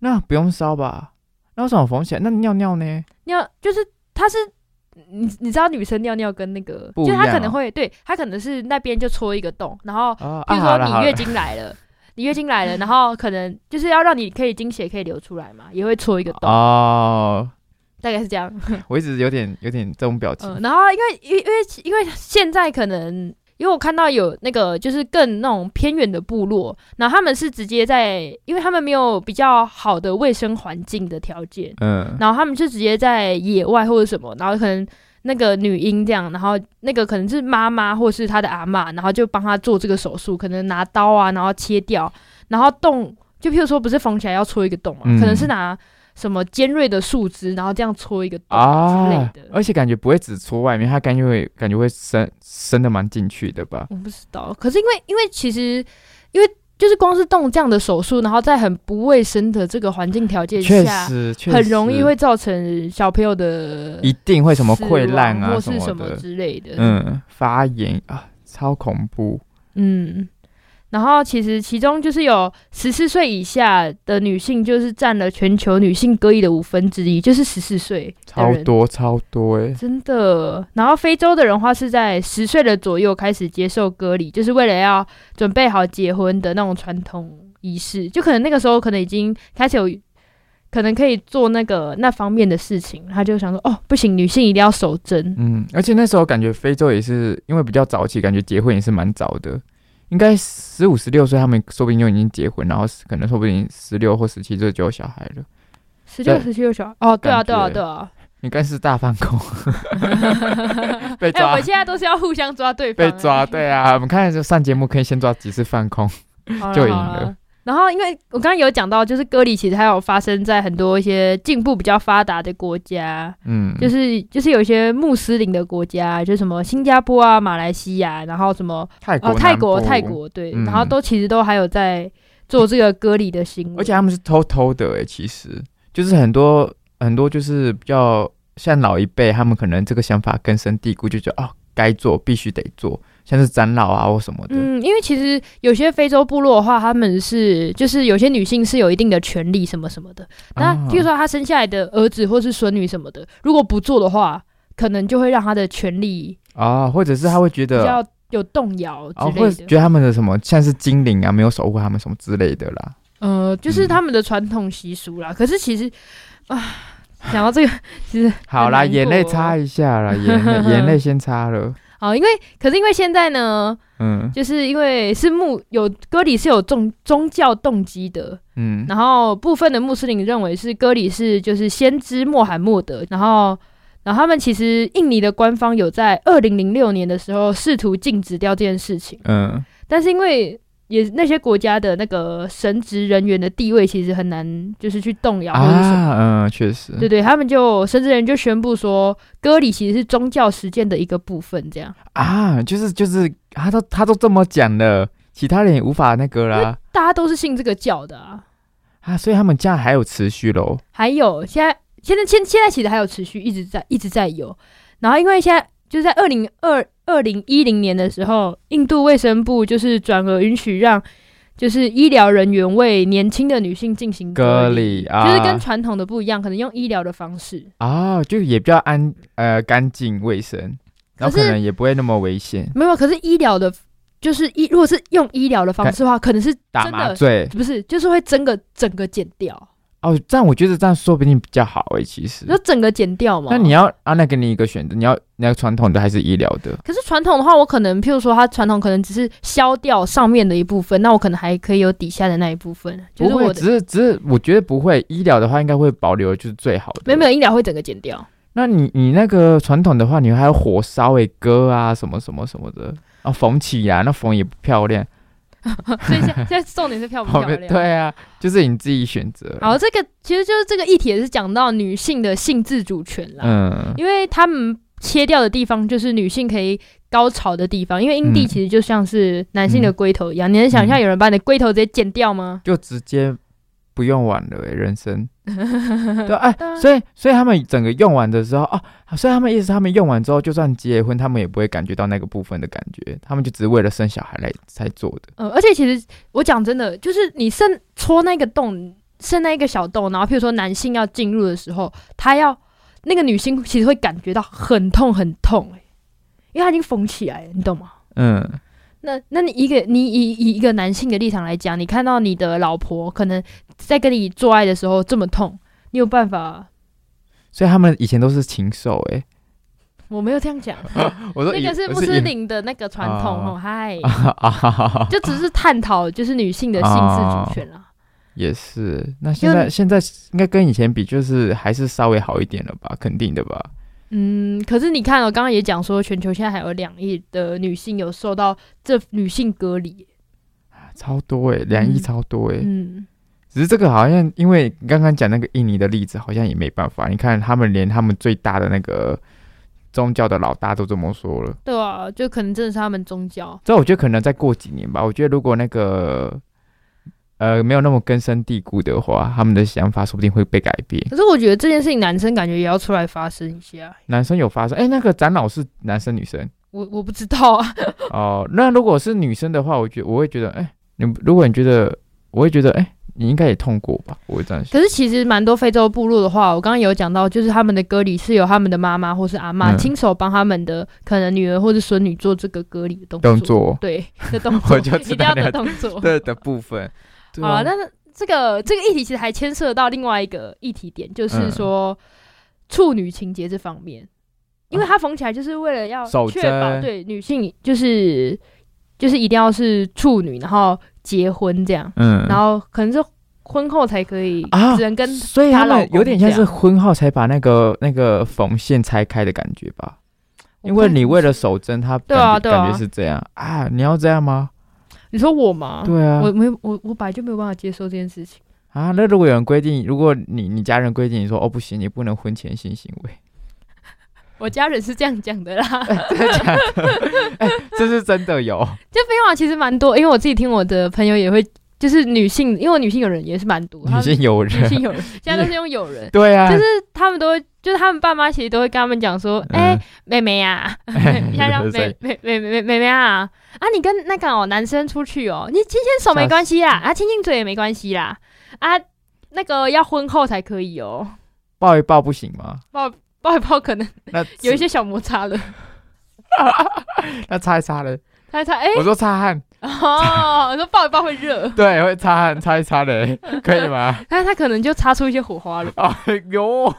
S1: 那不用烧吧？那为什么缝起来？那尿尿呢？
S2: 你要就是它是，你你知道女生尿尿跟那个，
S1: 不
S2: 就是
S1: 一
S2: 它
S1: 样
S2: 可能
S1: 哦
S2: 会对它可能是那边就戳一个洞，然后
S1: 啊，
S2: 比
S1: 啊
S2: 如
S1: 好
S2: 说
S1: 了好
S2: 你月
S1: 了，
S2: 经来了， [laughs] 你月经来了，然后可能就是要让你可以经血可以流出来嘛，也会戳一个洞，
S1: 哦，
S2: 大概是这样。
S1: 我一直有点有点这种表情
S2: 嗯，然后因为因为因为因为现在可能，因为我看到有那个就是更那种偏远的部落，然后他们是直接在，因为他们没有比较好的卫生环境的条件，
S1: 嗯，
S2: 然后他们就直接在野外或者什么，然后可能那个女婴这样，然后那个可能是妈妈或是她的阿嬷，然后就帮她做这个手术，可能拿刀啊，然后切掉，然后洞就譬如说不是缝起来要戳一个洞嘛，
S1: 嗯
S2: 可能是拿什么尖锐的树枝，然后这样戳一个洞之类
S1: 啊
S2: 的。，
S1: 而且感觉不会只戳外面，它感觉会感觉会伸伸的蛮进去的吧？
S2: 我不知道，可是因为因为其实因为就是光是动这样的手术，然后在很不卫生的这个环境条件
S1: 确
S2: 下，
S1: 实，确实
S2: 很容易会造成小朋友的
S1: 一定会什么
S2: 死亡
S1: 溃烂啊
S2: 或是什么
S1: 的，
S2: 之类的。嗯
S1: 嗯，发炎啊，超恐怖。
S2: 嗯，然后其实其中就是有十四岁以下的女性，就是占了全球女性歌艺的五分之一，就是十四岁的
S1: 超
S2: 人
S1: 多超多哎、
S2: 真的。然后非洲的人话是在十岁的左右开始接受割礼，就是为了要准备好结婚的那种传统仪式，就可能那个时候可能已经开始有。可能可以做那个那方面的事情，他就想说，哦，不行，女性一定要守贞。
S1: 嗯，而且那时候感觉非洲也是因为比较早期，感觉结婚也是蛮早的，应该十五十六岁他们说不定就已经结婚，然后可能说不定十六或十七岁就有小孩了，
S2: 十六、
S1: 对
S2: 十七有小孩，哦，对啊，
S1: 感
S2: 对啊，
S1: 觉
S2: 对啊。
S1: 应该是大放空
S2: [laughs]
S1: [laughs] 被
S2: 哎、我
S1: 抓、
S2: 们现在都是要互相抓对
S1: [laughs]
S2: 方、
S1: 被抓，对啊，我们看就上节目可以先抓几次放空，
S2: 好啦
S1: 就赢。
S2: 好啦
S1: 了
S2: 然后，因为我刚刚有讲到，就是割礼其实还有发生在很多一些进步比较发达的国家，
S1: 嗯，
S2: 就是就是有一些穆斯林的国家，啊就是什么新加坡啊、马来西亚，然后什么
S1: 泰国、
S2: 呃泰国、
S1: 南部
S2: 泰，国，对，
S1: 嗯
S2: 然后都其实都还有在做这个割礼的行为，
S1: 而且他们是偷偷的哎、其实就是很多很多就是比较像老一辈，他们可能这个想法根深蒂固，就觉得哦该做必须得做，像是长老啊或什么的，
S2: 嗯，因为其实有些非洲部落的话，他们是就是有些女性是有一定的权利什么什么的。那
S1: 啊
S2: 譬如说她生下来的儿子或是孙女什么的，如果不做的话，可能就会让她的权利
S1: 啊，或者是他会觉
S2: 比
S1: 得，
S2: 较有动摇
S1: 啊，
S2: 之
S1: 或
S2: 类
S1: 者
S2: 的。
S1: 觉得他们的什么像是精灵啊，没有守护他们什么之类的啦。
S2: 呃，
S1: 嗯
S2: 就是他们的传统习俗啦。可是其实啊，讲到这个，其实
S1: 好啦，
S2: 难过
S1: 眼泪擦一下啦，眼
S2: [laughs]
S1: 泪眼泪先擦了，
S2: 啊，因为可是因为现在呢，
S1: 嗯
S2: 就是因为是穆有歌里是有宗宗教动机的，
S1: 嗯，
S2: 然后部分的穆斯林认为是哥里是就是先知穆罕默德，然后然后他们其实印尼的官方有在二零零六年的时候试图禁止掉这件事情，
S1: 嗯
S2: 但是因为也那些国家的那个神职人员的地位其实很难就是去动摇或者什么。
S1: 啊嗯，确实
S2: 对对，他们就神职人员就宣布说，割礼其实是宗教实践的一个部分，这样
S1: 啊，就是就是，他都他都这么讲了，其他人也无法那个啦
S2: 大家都是信这个教的啊。
S1: 啊，所以他们这样还有持续喽。
S2: 还有现在现在现现在其实还有持续一直在一直在有，然后因为现在就是在二零二二零一零年的时候，印度卫生部就是转而允许让就是医疗人员为年轻的女性进行
S1: 割
S2: 割礼，
S1: 礼啊，
S2: 就是跟传统的不一样，可能用医疗的方式。
S1: 啊，就也比较安呃干净卫生，然后
S2: 可
S1: 可
S2: 是
S1: 能也不会那么危险，
S2: 没有，可是医疗的。就是医，如果是用医疗的方式的话，可能是
S1: 打
S2: 真
S1: 麻
S2: 的
S1: 醉
S2: 不是，就是会整个整个剪掉，
S1: 哦，这样我觉得这样说不定比较好诶、其实
S2: 你。说整个剪掉嘛？
S1: 那你要啊，那给你一个选择，你要你要传统的还是医疗的？
S2: 可是传统的话，我可能譬如说，它传统可能只是削掉上面的一部分，那我可能还可以有底下的那一部分，就是
S1: 不会，
S2: 我
S1: 只
S2: 的
S1: 是只是我觉得不会，医疗的话应该会保留就是最好的。
S2: 没有没有医疗会整个剪掉。
S1: 那你你那个传统的话，你还有火烧诶、割啊什么什么什么的啊，缝起来、那缝也不漂亮。
S2: [laughs] 所以现现在重点是 [laughs] 漂不漂亮？。
S1: [laughs] 对啊，就是你自己选择。
S2: 好，这个其实就是这个议题也是讲到女性的性自主权啦，
S1: 嗯，
S2: 因为他们切掉的地方就是女性可以高潮的地方，因为阴蒂
S1: 嗯
S2: 其实就像是男性的龟头一样，你能想象有人把你的龟头直接剪掉吗？ [laughs]
S1: 就直接不用完了、欸，人生。对，哎、
S2: 对啊
S1: 所以所以他们整个用完的时候啊，所以他们意思，他们用完之后，就算结婚，他们也不会感觉到那个部分的感觉，他们就只是为了生小孩来才做的。
S2: 呃，而且其实我讲真的，就是你剩戳那个洞，剩那一个小洞，然后譬如说男性要进入的时候，他要那个女性其实会感觉到很痛很痛、欸，因为他已经缝起来了，你懂吗？
S1: 嗯，
S2: 那那你一个你以以一个男性的立场来讲，你看到你的老婆可能在跟你做爱的时候这么痛，你有办法？
S1: 所以他们以前都是禽兽，哎，
S2: 我没有这样讲，
S1: 我说
S2: [laughs] 那
S1: 以
S2: 个是
S1: 我
S2: 穆斯
S1: 以
S2: 林的那个传统
S1: 啊
S2: 哦，嗨，
S1: 啊啊 [laughs] 哈哈哈，
S2: 就只是探讨就是女性的性自主
S1: 啊
S2: 权啦。
S1: 也是。那现在
S2: 就
S1: 现在应该跟以前比，就是还是稍微好一点了吧，肯定的吧。
S2: 嗯，可是你看、哦，我刚刚也讲说，全球现在还有两亿的女性有受到这女性隔离。
S1: 超多哎、两亿
S2: 嗯
S1: 超多哎、
S2: 嗯，
S1: 只是这个好像，因为你刚刚讲那个印尼的例子，好像也没办法。你看，他们连他们最大的那个宗教的老大都这么说了。
S2: 对啊，就可能真的是他们宗教。
S1: 这我觉得可能再过几年吧。我觉得如果那个呃没有那么根深蒂固的话，他们的想法说不定会被改变。
S2: 可是我觉得这件事情，男生感觉也要出来发声一下。
S1: 男生有发生，哎，那个长老是男生女生
S2: 我我不知道啊， [laughs]
S1: 哦、那如果是女生的话，我觉我会觉得，哎，你如果你觉得，我会觉得，哎、你应该也痛过吧？我会这样想。
S2: 可是其实蛮多非洲部落的话，哦我刚刚有讲到，就是他们的歌里是由他们的妈妈或是阿妈
S1: 嗯
S2: 亲手帮他们的可能女儿或是孙女做这个割礼的动作，
S1: 动作
S2: 对的动
S1: [laughs]
S2: 作，
S1: 我就知
S2: 一定
S1: 道
S2: 要
S1: 你
S2: 的
S1: 要
S2: 动作。
S1: 对的部分。对
S2: 好
S1: 啊
S2: 了，，但是这个这个议题其实还牵涉到另外一个议题点，就是
S1: 嗯
S2: 说、处女情节这方面，因
S1: 啊
S2: 为它缝起来就是为了要
S1: 守
S2: 确保
S1: 贞
S2: 对女性就是就是一定要是处女，然后结婚这样，
S1: 嗯，
S2: 然后可能是婚后才可以，
S1: 啊
S2: 只能跟
S1: 所以他
S2: 她老
S1: 们
S2: 公
S1: 有点像
S2: 这
S1: 是
S2: 样
S1: 婚后才把那个那个缝线拆开的感觉吧。因为你为了守贞，他
S2: 对
S1: 感
S2: 啊
S1: 觉
S2: 对啊
S1: 感觉是这样啊，你要这样吗？
S2: 你说我吗？
S1: 对啊，
S2: 我没有我我本来就没有办法接受这件事情，
S1: 啊，那如果有人规定，如果你你家人规定你说哦不行，你不能婚前性行
S2: [laughs]
S1: 为，
S2: 我家人是这样讲的啦，
S1: [laughs] 真的假的？ [laughs] 哎、这是真的有，
S2: 就废啊话其实蛮多，因为我自己听我的朋友也会，就是女性，因为我女性友人也是蛮多，
S1: 女性友
S2: 他们女
S1: 人，
S2: 性友
S1: [laughs]
S2: 人现在都是用友人，
S1: 对啊， [laughs]
S2: 就是他们都会，就是他们爸妈其实都会跟他们讲说，
S1: 嗯
S2: 哎、妹妹呀、啊，现在叫
S1: [laughs] 对
S2: 妹妹妹妹妹妹啊，啊，你跟那个哦男生出去哦，你牵牵手没关系
S1: 嗯
S2: 啦，啊，亲亲嘴也没关系啦，啊，那个要婚后才可以哦，
S1: 抱一抱不行吗？
S2: 抱一抱可能
S1: 那
S2: [laughs] 有一些小摩擦了，
S1: 那擦一擦嘞，
S2: 他他哎，
S1: 我说擦汗，
S2: 哦，我说抱一抱会
S1: [laughs]
S2: 热，
S1: 对，会擦汗，擦一擦
S2: [laughs]
S1: 嘞，可以吗？
S2: 但是他可能就擦出一些火花了。
S1: 啊哟，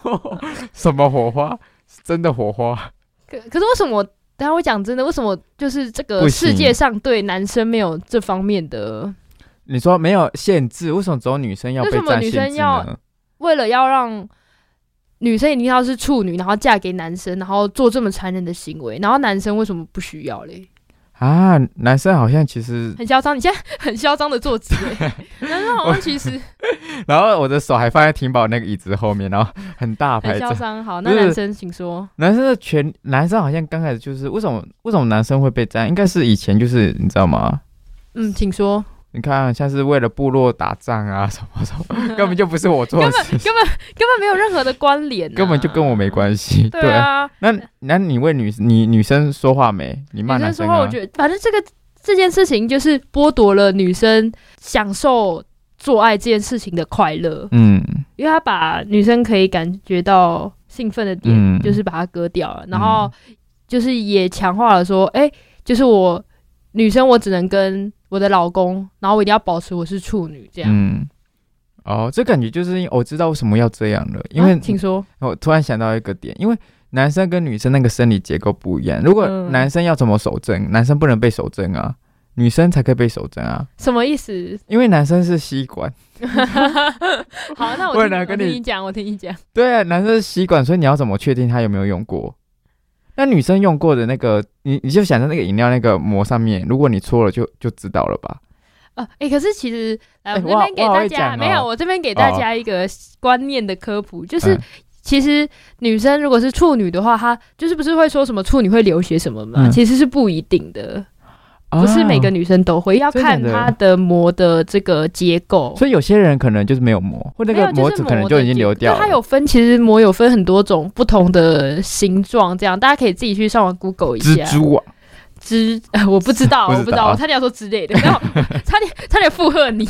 S1: 什么火花？是真的火花？
S2: 可可是为什么？等下我讲真的，为什么就是这个
S1: 不行
S2: 世界上对男生没有这方面的？
S1: 你说没有限制，为什么只有女生要被
S2: 为什么
S1: 占
S2: 女生
S1: 限制
S2: 要
S1: 呢？
S2: 为了要让女生一定要是处女，然后嫁给男生，然后做这么残忍的行为，然后男生为什么不需要嘞？
S1: 啊，男生好像其
S2: [laughs]
S1: 实，
S2: 很嚣张，你现在很嚣张的坐
S1: [laughs]
S2: 姿欸，男生好像其实
S1: 然后我的手还放在婷宝那个椅子后面，然后很大
S2: 很
S1: 牌子
S2: 嚣，张。好，那
S1: 不是
S2: 男生请说。
S1: 男生的权，男生好像刚开始就是为什么为什么男生会被这样？应该是以前就是你知道吗？
S2: 嗯，请说。
S1: 你看像是为了部落打仗啊什么什么， [laughs] 根本就不是 [laughs] 我做的
S2: [laughs] 根本
S1: 事，
S2: 根本根本没有任何的关联、
S1: 根本就跟我没
S2: 系。
S1: 关系。
S2: 对啊，
S1: 那那你为女你女生说话没？你骂
S2: 女
S1: 男
S2: 生
S1: 生
S2: 说
S1: 啊？
S2: 话，我觉得反正这个这件事情就是剥夺了女生享受做爱这件事情的快乐，
S1: 嗯，
S2: 因为他把女生可以感觉到兴奋的点，
S1: 嗯
S2: 就是把它割掉了，然后就是也强化了说，哎、就是我女生我只能跟我的老公，然后我一定要保持我是处女这样。
S1: 嗯，哦，这感觉就是因我知道为什么要这样了，因为、
S2: 啊请说，
S1: 我突然想到一个点，因为男生跟女生那个生理结构不一样，如果
S2: 嗯
S1: 男生要怎么守贞，男生不能被守贞啊，女生才可以被守贞啊。
S2: 什么意思？ [laughs]
S1: 因为男生是吸管，
S2: 好，那我
S1: 为
S2: 听
S1: 了
S2: 我
S1: 跟
S2: 听
S1: 你
S2: 你讲，我听你讲。
S1: 对啊，男生是吸管，所以你要怎么确定他有没有用过？那女生用过的那个，你你就想着那个饮料那个膜上面，如果你搓了就就知道了吧？
S2: 啊，哎、可是其实呃来，我
S1: 哎我好
S2: 们这边给
S1: 我好
S2: 大
S1: 会
S2: 家、
S1: 讲
S2: 没有，
S1: 哦
S2: 我这边给大
S1: 哦
S2: 家一个观念的科普，就是、
S1: 嗯
S2: 其实女生如果是处女的话，她就是不是会说什么处女会流血什么嘛？
S1: 嗯
S2: 其实是不一定的，不是每个
S1: 啊
S2: 女生都会，要
S1: 真的
S2: 看
S1: 假的
S2: 她的膜的这个结构。
S1: 所以有些人可能就是没有膜，或那
S2: 没有
S1: 个膜
S2: 就是
S1: 子可能
S2: 膜
S1: 就
S2: 的
S1: 已经
S2: 结
S1: 流
S2: 构
S1: 掉
S2: 就
S1: 了。
S2: 它有分，其实膜有分很多种不同的形状，这样大家可以自己去上网 Google 一下。
S1: 蜘蛛网，啊
S2: 蜘， [laughs] 呃我不知道，
S1: 不
S2: 我
S1: 知
S2: 不知道，
S1: 道
S2: 我差点要说之类的，
S1: [laughs]
S2: 然后差点差点附和你。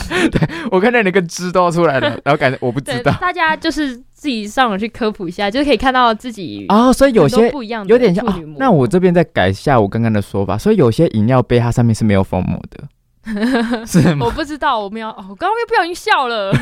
S1: 我看到你跟蜘都出来
S2: [laughs]
S1: 了，然后感觉我不知
S2: 对，
S1: 道
S2: 大家就是自己上网去科普一下，就是可以看到自己
S1: 啊、所以有
S2: 很多
S1: 些
S2: 不一样的
S1: 有点像、
S2: 处
S1: 哦
S2: 女膜。
S1: 那我这边再改一下我刚刚的说法，所以有些饮料杯它上面是没有封膜的，
S2: [laughs]
S1: 是吗？
S2: 我不知道，我没有，哦我刚刚又不小心笑了。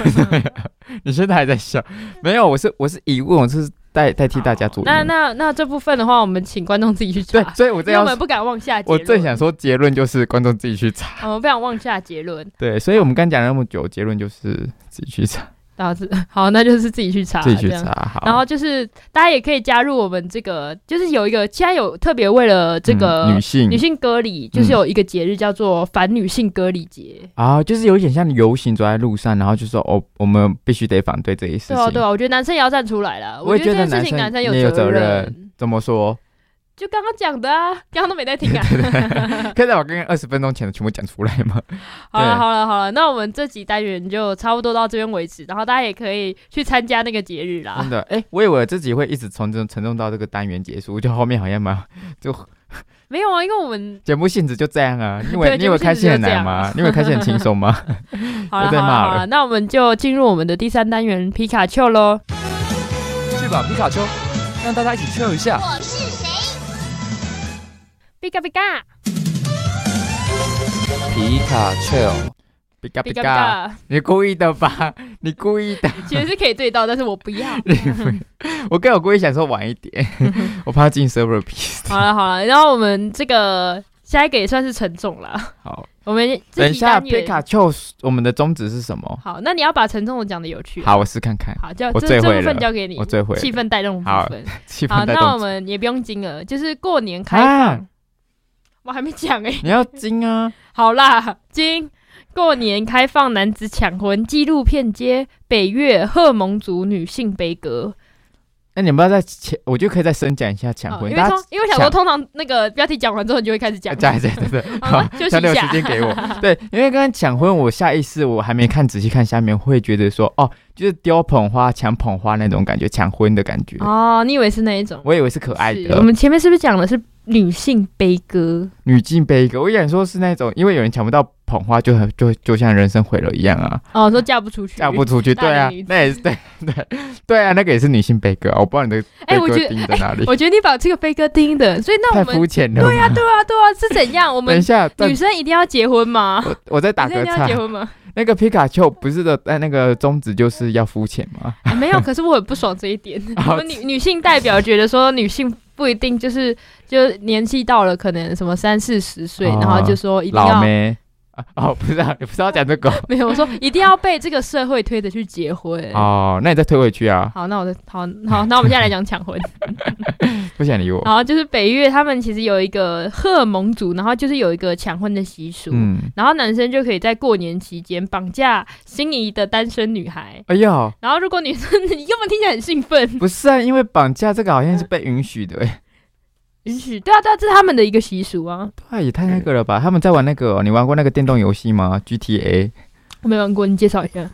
S1: 你现在还在笑？没有，我是我是疑问，我是代代 [laughs] 替大家做疑
S2: 那
S1: 问。
S2: 那那这部分的话，我们请观众自己去
S1: [laughs] 对
S2: 查，，
S1: 所以我
S2: 因
S1: 正
S2: 为我
S1: 要
S2: 们不敢妄下结
S1: 我
S2: 论。哦
S1: 正想，说结论就是观众自己去查。
S2: 我们不想妄下结论，
S1: 对，所以我们刚讲了那么久，结论就是自己去查，
S2: 导致好，那就是自己去查，
S1: 自己去
S2: 啊这样
S1: 查。好，
S2: 然后就是大家也可以加入我们这个，就是有一个现在有特别为了这个、
S1: 嗯女性
S2: 女性割礼，就是有一个节日叫做反女性割礼节。
S1: 啊，就是有点像游行走在路上，然后就说哦，我们必须得反对这一事情。
S2: 对啊，对啊，我觉得男生也要站出来了。
S1: 我也
S2: 觉
S1: 觉
S2: 这
S1: 得
S2: 件事情
S1: 男
S2: 男
S1: 生
S2: 生
S1: 也有
S2: 责
S1: 责任怎么
S2: [laughs]
S1: 说？
S2: 就刚刚讲的啊，刚刚都没在
S1: [laughs]
S2: 听啊。
S1: 可以再把刚刚二十分钟前的全部讲出来吗？
S2: 好了
S1: 对
S2: 好了好了，那我们这集单元就差不多到这边为止，然后大家也可以去参加那个节日啦
S1: 嗯真。的，哎、我以为自己会一直从这沉重到这个单元结束，就后面好像蛮就
S2: 没有啊，因为我们
S1: 节目性质就这样
S2: [laughs]
S1: 啊。因为
S2: 对
S1: 你以为
S2: 节目
S1: 开
S2: 性质
S1: 心很
S2: 就这
S1: 难
S2: 样
S1: 吗？你以为开心很轻松吗？
S2: [laughs] 好
S1: 又
S2: 了好
S1: 在
S2: 了
S1: 骂
S2: 好
S1: 了
S2: 了，那我们就进入我们的第三单元皮卡丘喽。
S3: 去吧，皮卡丘，让大家一起 chill 一下。
S4: 我是谁？
S2: 皮卡皮卡，
S3: 皮卡丘，
S1: 比嘎比
S2: 皮卡
S1: 嘎，
S2: 皮
S1: 你故意的吧？你故意的。
S2: 卡，其实是可以对到，但是我不要。
S1: [laughs] 我刚有故意想说晚一点，
S2: 嗯
S1: [laughs] 我怕进 server piece。
S2: 好了好了，然后我们这个下一个也算是沉重了。
S1: 好，
S2: 我们这
S1: 等一
S2: 期
S1: 下
S2: 单
S1: 皮
S2: 元
S1: 卡丘，我们的宗旨是什么？
S2: 好，那你要把沉重的讲的有趣。啊
S1: 好，我试看看。
S2: 好，就
S1: 我
S2: 这
S1: 最
S2: 这
S1: 会
S2: 部分
S1: 了
S2: 交给你
S1: 我，最会了
S2: 气氛带动的
S1: 好
S2: 部分。
S1: 气
S2: 好，
S1: 氛带
S2: 那我
S1: 动词。
S2: 们也不用惊了，就是过年开放，
S1: 啊
S2: 我还没讲哎、
S1: 你要精啊！
S2: 好啦，今过年开放男子抢婚纪录片街，北越荷蒙族女性悲歌。
S1: 那你们要再前，我就可以再深讲一下抢
S2: 哦
S1: 婚。
S2: 因为
S1: 大
S2: 通
S1: 家
S2: 因为想说，
S1: 抢哎
S2: 通常那个标题讲完之后，你就会开始讲。
S1: 加一加， [laughs] 对对，
S2: 好那休息一下
S1: 交流时间给我。
S2: [laughs]
S1: 对，因为刚刚抢婚，我下意识我还没看仔细看下面，会觉得说，哦，就是丢捧花、抢捧花那种感觉，抢婚的感觉。
S2: 哦，你以为是那一种？
S1: 我以为是可爱
S2: 是我
S1: 的
S2: 们前面是不是讲的是女性悲歌？
S1: 女性悲歌，我想说是那种，因为有人抢不到捧花就，很就就像人生毁了一样啊，
S2: 哦，说嫁不出去，
S1: 嫁不出去。
S2: 大龄
S1: 对啊
S2: 女子，
S1: 那也
S2: [laughs]
S1: 是对对对啊，那个也是女性悲歌啊。我不知道你的
S2: 哎
S1: 悲
S2: 我
S1: 歌
S2: 觉得
S1: 定在哪
S2: [laughs]
S1: 里，
S2: 我觉得你把这个悲歌盯的，所以那
S1: 太
S2: 我们
S1: 肤浅了吧。对啊，
S2: 对啊对啊是怎
S1: [laughs]
S2: 样？我
S1: 等一
S2: 们
S1: 下，但
S2: 女生一定要结婚吗？
S1: 我我在打
S2: 女生
S1: 个
S2: 一定要
S1: 岔
S2: 结。婚吗？
S1: 那个皮卡丘不是的，呃，那个宗旨就是要肤浅吗？
S2: 哎没有，可是我很不爽这
S1: [laughs]
S2: 一点。我们女女性代表觉得说女性不一定就是就年纪到了，可能什么三四十岁，
S1: 哦
S2: 然后就说一定
S1: 老
S2: 要
S1: 妹啊哦，不是、啊，你不是要讲这个
S2: [laughs] 没有，我说一定要被这个社会推着去结婚。
S1: 哦？那你再推回去啊，
S2: 好，那我的好好，那我们现在来讲
S1: [laughs]
S2: 抢婚。
S1: 哦不想理我。
S2: 然后就是北越他们其实有一个荷蒙族，然后就是有一个抢婚的习俗，
S1: 嗯，
S2: 然后男生就可以在过年期间绑架心仪的单身女孩。
S1: 哎呦，
S2: 然后如果女生 [laughs] 你根本听起来很兴奋，
S1: 不是啊，因为绑架这个好像是被允许的、哎，
S2: 允许对啊对啊，这是他们的一个习俗啊。
S1: 对，也太那个了吧？他们在玩那个哦、你玩过那个电动游戏吗？GTA
S2: 我没玩过，你介绍一
S1: [laughs]
S2: 下。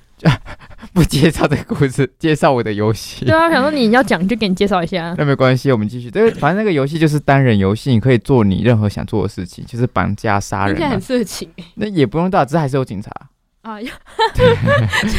S1: 不介绍这个故事，介绍我的游戏
S2: 对。啊，我想说你要讲就给你介绍一下。 [laughs]
S1: 那没关系，我们继续。对，反正那个游戏就是单人游戏，你可以做你任何想做的事情，就是绑架、杀
S2: 听
S1: 人
S2: 起来
S1: 啊、
S2: 很色情
S1: 那也不用到，这还是有警察。
S2: [laughs] 啊，要所以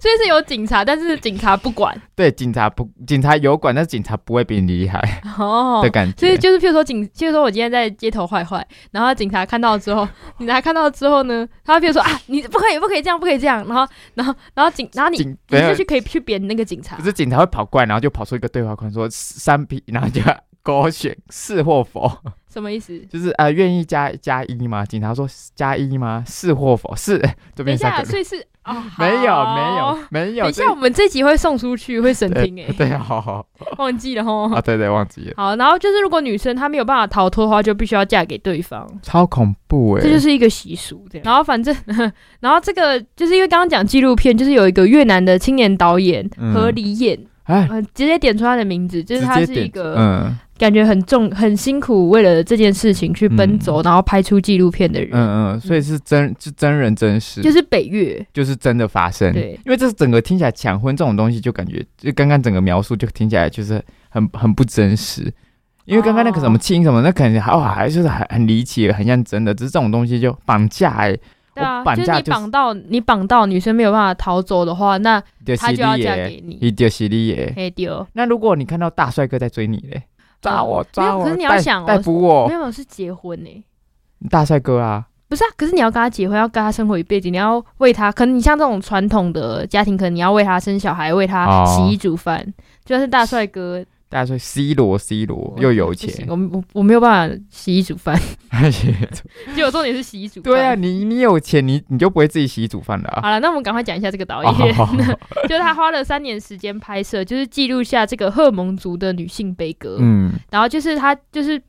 S2: 所以是有警察，但是警察不管
S1: 对，警察不，警察有管，但是警察不会比你厉害
S2: [laughs] 哦
S1: 的。感觉。
S2: 所以就是，譬如说警，譬如说我今天在街头坏坏，然后警察看到之后， [laughs] 警察看到之后呢，他譬如说啊，你不可以，不可以这样，不可以这样，然后，然后，然后警，然后你
S1: 警
S2: 你
S1: 没有
S2: 就去可以去扁那个警察
S1: 不。是警察会跑过来，然后就跑出一个对话框说三批，然后就勾选是或否， [laughs]
S2: 什么意思？
S1: 就是呃愿意加加一吗？警察说加一吗？是或否？是，这
S2: 等一
S1: 边三
S2: 下，
S1: 个人
S2: 所以是哦，好
S1: 没有没有。没有，
S2: 等一下，我们这集会送出去，会欸审听
S1: 对
S2: 诶，
S1: 对，好好
S2: [laughs] 忘记了吼
S1: 啊，。对对，忘记了，
S2: 好，然后就是如果女生她没有办法逃脱的话，就必须要嫁给对方。
S1: 超恐怖哎、
S2: 这就是一个习俗，这样。然后反正， [laughs] 然后这个就是因为刚刚讲纪录片，就是有一个越南的青年导演
S1: 嗯
S2: 何黎燕，
S1: 哎，
S2: 呃，直接点出他的名字，就是他
S1: 直
S2: 是
S1: 接
S2: 一
S1: 点
S2: 个
S1: 嗯
S2: 感觉很重、很辛苦，为了这件事情去奔走，然后拍出纪录片的人，
S1: 嗯嗯，所以是真是真人真事，
S2: 就是北越。
S1: 就是真的发生。
S2: 对，
S1: 因为这整个听起来抢婚这种东西，就感觉就刚刚整个描述就听起来就是很很不真实。因为刚刚那个什么
S2: 哦
S1: 亲什么，那可能还哦还是很很离奇，很像真的。只是这种东西就绑架哎、
S2: 对啊
S1: 我，绑
S2: 就是
S1: 架
S2: 你
S1: 就是
S2: 绑到你绑到女生没有办法逃走的话，那
S1: 丢
S2: 她
S1: 犀
S2: 就要
S1: 利
S2: 嫁
S1: 哎耶，
S2: 给你。
S1: 你丢犀利耶。
S2: 嘿哦丢，
S1: 那如果你看到大帅哥在追你嘞，抓我
S2: 没
S1: 抓
S2: 有
S1: 我，
S2: 可是你要
S1: 逮
S2: 想哦
S1: 逮捕我
S2: 没，有是结婚欸呢、
S1: 大帅哥啊，
S2: 不是啊，可是你要跟他结婚，要跟他生活一辈子，你要为他，可能你像这种传统的家庭，可能你要为他生小孩，为他
S1: 哦
S2: 洗衣煮饭，就算是大帅哥
S1: 大帅 C 罗 C 罗
S2: 我
S1: 又有
S2: 不行
S1: 钱，
S2: 我我我没有办法洗衣煮饭， [laughs]
S1: [laughs]
S2: 结果重点是洗衣煮饭。
S1: 对啊，你你有钱你你就不会自己洗煮饭了啊。
S2: 好了，那我们赶快讲一下这个导
S1: 哦 [laughs] 好
S2: 演，
S1: 好好
S2: [laughs] 就是他花了三年时间拍摄，就是记录下这个荷蒙族的女性悲歌。
S1: 嗯，
S2: 然后就是他就是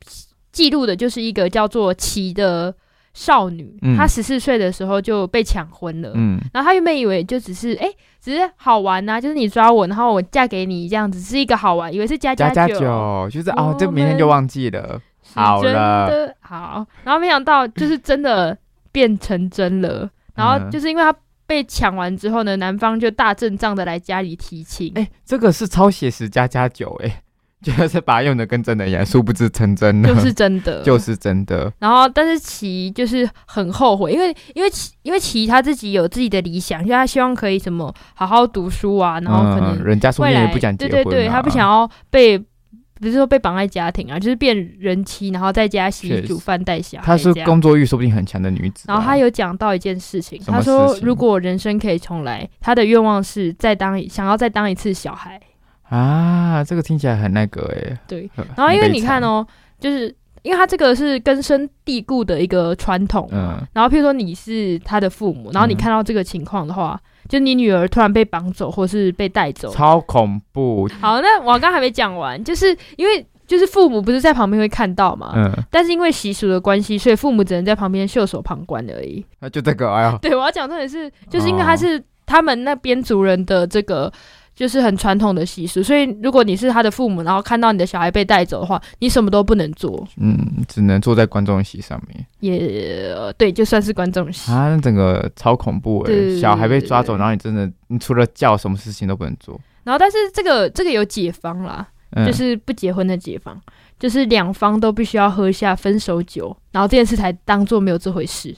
S2: 记录的，就是一个叫做琪的少女，
S1: 嗯
S2: 她十四岁的时候就被抢婚了。
S1: 嗯
S2: 然后她原本以为就只是哎、只是好玩呐、就是你抓我，然后我嫁给你这样子，是一个好玩，以为是加
S1: 加加
S2: 酒，
S1: 酒，就是
S2: 我
S1: 哦，这明天就
S2: 们
S1: 忘记了。
S2: 是
S1: 好
S2: 真
S1: 了
S2: 的好。然后没想到就是真的变成真了，然后
S1: 嗯
S2: 就是因为她被抢完
S1: [laughs]
S2: 之后呢，男方就大阵仗的来家里提亲。
S1: 哎、这个是超写实加加酒哎、 [laughs] 就是把它用的跟真的一样，殊不知成真了，
S2: 就是呃真的，
S1: 就是真的。
S2: 然后，但是琪就是很后悔，因为因为琪因为琪他自己有自己的理想，就他希望可以什么好好读书啊，然后可能
S1: 嗯、人家说
S2: 未
S1: 你
S2: 来
S1: 也不想结
S2: 对
S1: 婚、啊，
S2: 对对，他不想要被不是说被绑在家庭啊，就是变人妻，然后在家洗
S1: 确
S2: 衣
S1: 实
S2: 煮饭带小孩
S1: 她是
S2: 这样
S1: 工作欲说不定很强的女子啊、
S2: 然后他有讲到一件事情，
S1: 什么
S2: 他说
S1: 事情
S2: 如果人生可以重来，他的愿望是再当想要再当一次小孩。
S1: 啊，这个听起来很那个哎、
S2: 对，
S1: 很
S2: 然后因为你看，
S1: 很悲
S2: 哦，就是因为他这个是根深蒂固的一个传统，
S1: 惨嗯，
S2: 然后譬如说你是他的父母，然后你
S1: 嗯
S2: 看到这个情况的话，就你女儿突然被绑走或是被带走。
S1: 超恐怖，
S2: 好，那我刚刚还没讲完，就是因为就是父母不是在旁边会看到嘛，
S1: 嗯，
S2: 但是因为习俗的关系，所以父母只能在旁边袖手旁观而已。
S1: 那就这个，哎呦，
S2: 对，我要讲重点是，就是因为
S1: 哦
S2: 他是他们那边族人的这个。就是很传统的习俗，所以如果你是他的父母，然后看到你的小孩被带走的话，你什么都不能做，
S1: 嗯，只能坐在观众席上面
S2: 也、呃对，就算是观众席。
S1: 啊，那整个超恐怖哎、
S2: 对对对
S1: 小孩被抓走，
S2: 对对对
S1: 然后你真的，你除了叫，什么事情都不能做，
S2: 然后，但是这个这个有解方啦，
S1: 嗯，
S2: 就是不结婚的解方，就是两方都必须要喝下分手酒，然后这件事才当做没有这回事。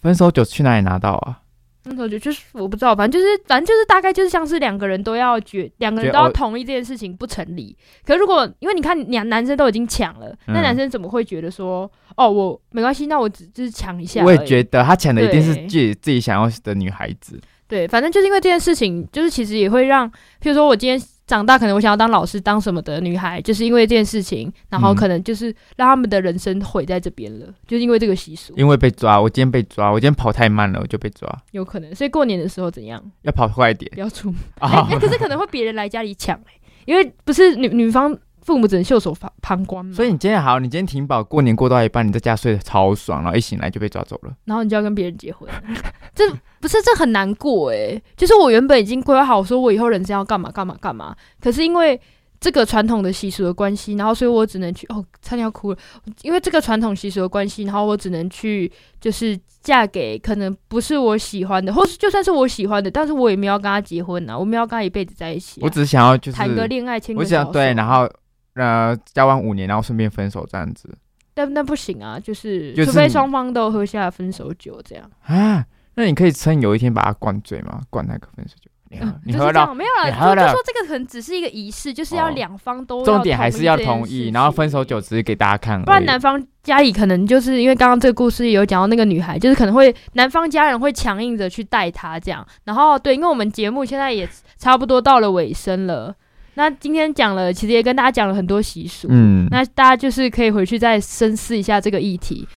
S1: 分手酒去哪里拿到啊？
S2: 分手酒就是我不知道，反正就是反正就是大概就是像是两个人都要决，两个人
S1: 觉
S2: 都要
S1: 哦
S2: 同意这件事情不成立。可如果因为你看男男生都已经抢了，那
S1: 嗯
S2: 男生怎么会觉得说哦我没关系，那我只就是抢一下而已？
S1: 我也觉得他抢的一定是
S2: 对
S1: 自己自己想要的女孩子，
S2: 对，反正就是因为这件事情，就是其实也会让，譬如说我今天长大，可能我想要当老师、当什么的女孩，就是因为这件事情，然
S1: 嗯
S2: 后可能就是让他们的人生毁在这边了，就是因为这个习俗，
S1: 因为被抓，我今天被抓，我今天跑太慢了，我就被抓，
S2: 有可能。所以过年的时候怎样，
S1: 要跑快一点
S2: 不要出门。 [laughs] 哎、
S1: 啊
S2: 那、，可是可能会别人来家里抢、欸，因为不是女女方父母只能袖手旁旁观
S1: [laughs]
S2: 嘛，
S1: 所以你今天好，你今天停保，过年过到一半，你在家睡得超爽，然后一醒来就被抓走了。
S2: 然后你就要跟别人结婚， [laughs] 这不是这很难过诶、就是我原本已经规划好，说我以后人生要干嘛干嘛干嘛，可是因为这个传统的习俗的关系，然后所以我只能去哦，差点要哭了，因为这个传统习俗的关系，然后我只能去就是嫁给可能不是我喜欢的，或是就算是我喜欢的，但是我也没有要跟他结婚啊，我没有要跟他一辈子在一起啊、
S1: 我只是想要就是，
S2: 谈个恋爱，牵
S1: 我
S2: 个
S1: 只想
S2: 手，
S1: 对，然后呃交往五年，然后顺便分手这样子
S2: 但但不行啊，就是、
S1: 就是
S2: 除非
S1: 你
S2: 双方都喝下分手酒这样。
S1: 啊。那你可以趁有一天把他灌醉吗？灌那个分手酒，你喝
S2: 嗯，
S1: 哎你
S2: 就是
S1: 喝
S2: 这
S1: 到，
S2: 样没有啦，
S1: 你
S2: 就
S1: 喝
S2: 就
S1: 了
S2: 说这个可能只是一个仪式，就是要
S1: 哦
S2: 两方都
S1: 重点还是要
S2: 这件
S1: 同
S2: 事
S1: 意，
S2: 情
S1: 然后分手酒。只是给大家看而已。
S2: 不然男方家里可能就是因为刚刚这个故事有讲到那个女孩，就是可能会男方家人会强硬着去带她这样。然后对，因为我们节目现在也差不多到了尾声了，那今天讲了，其实也跟大家讲了很多习俗，
S1: 嗯，
S2: 那大家就是可以回去再深思一下这个议题。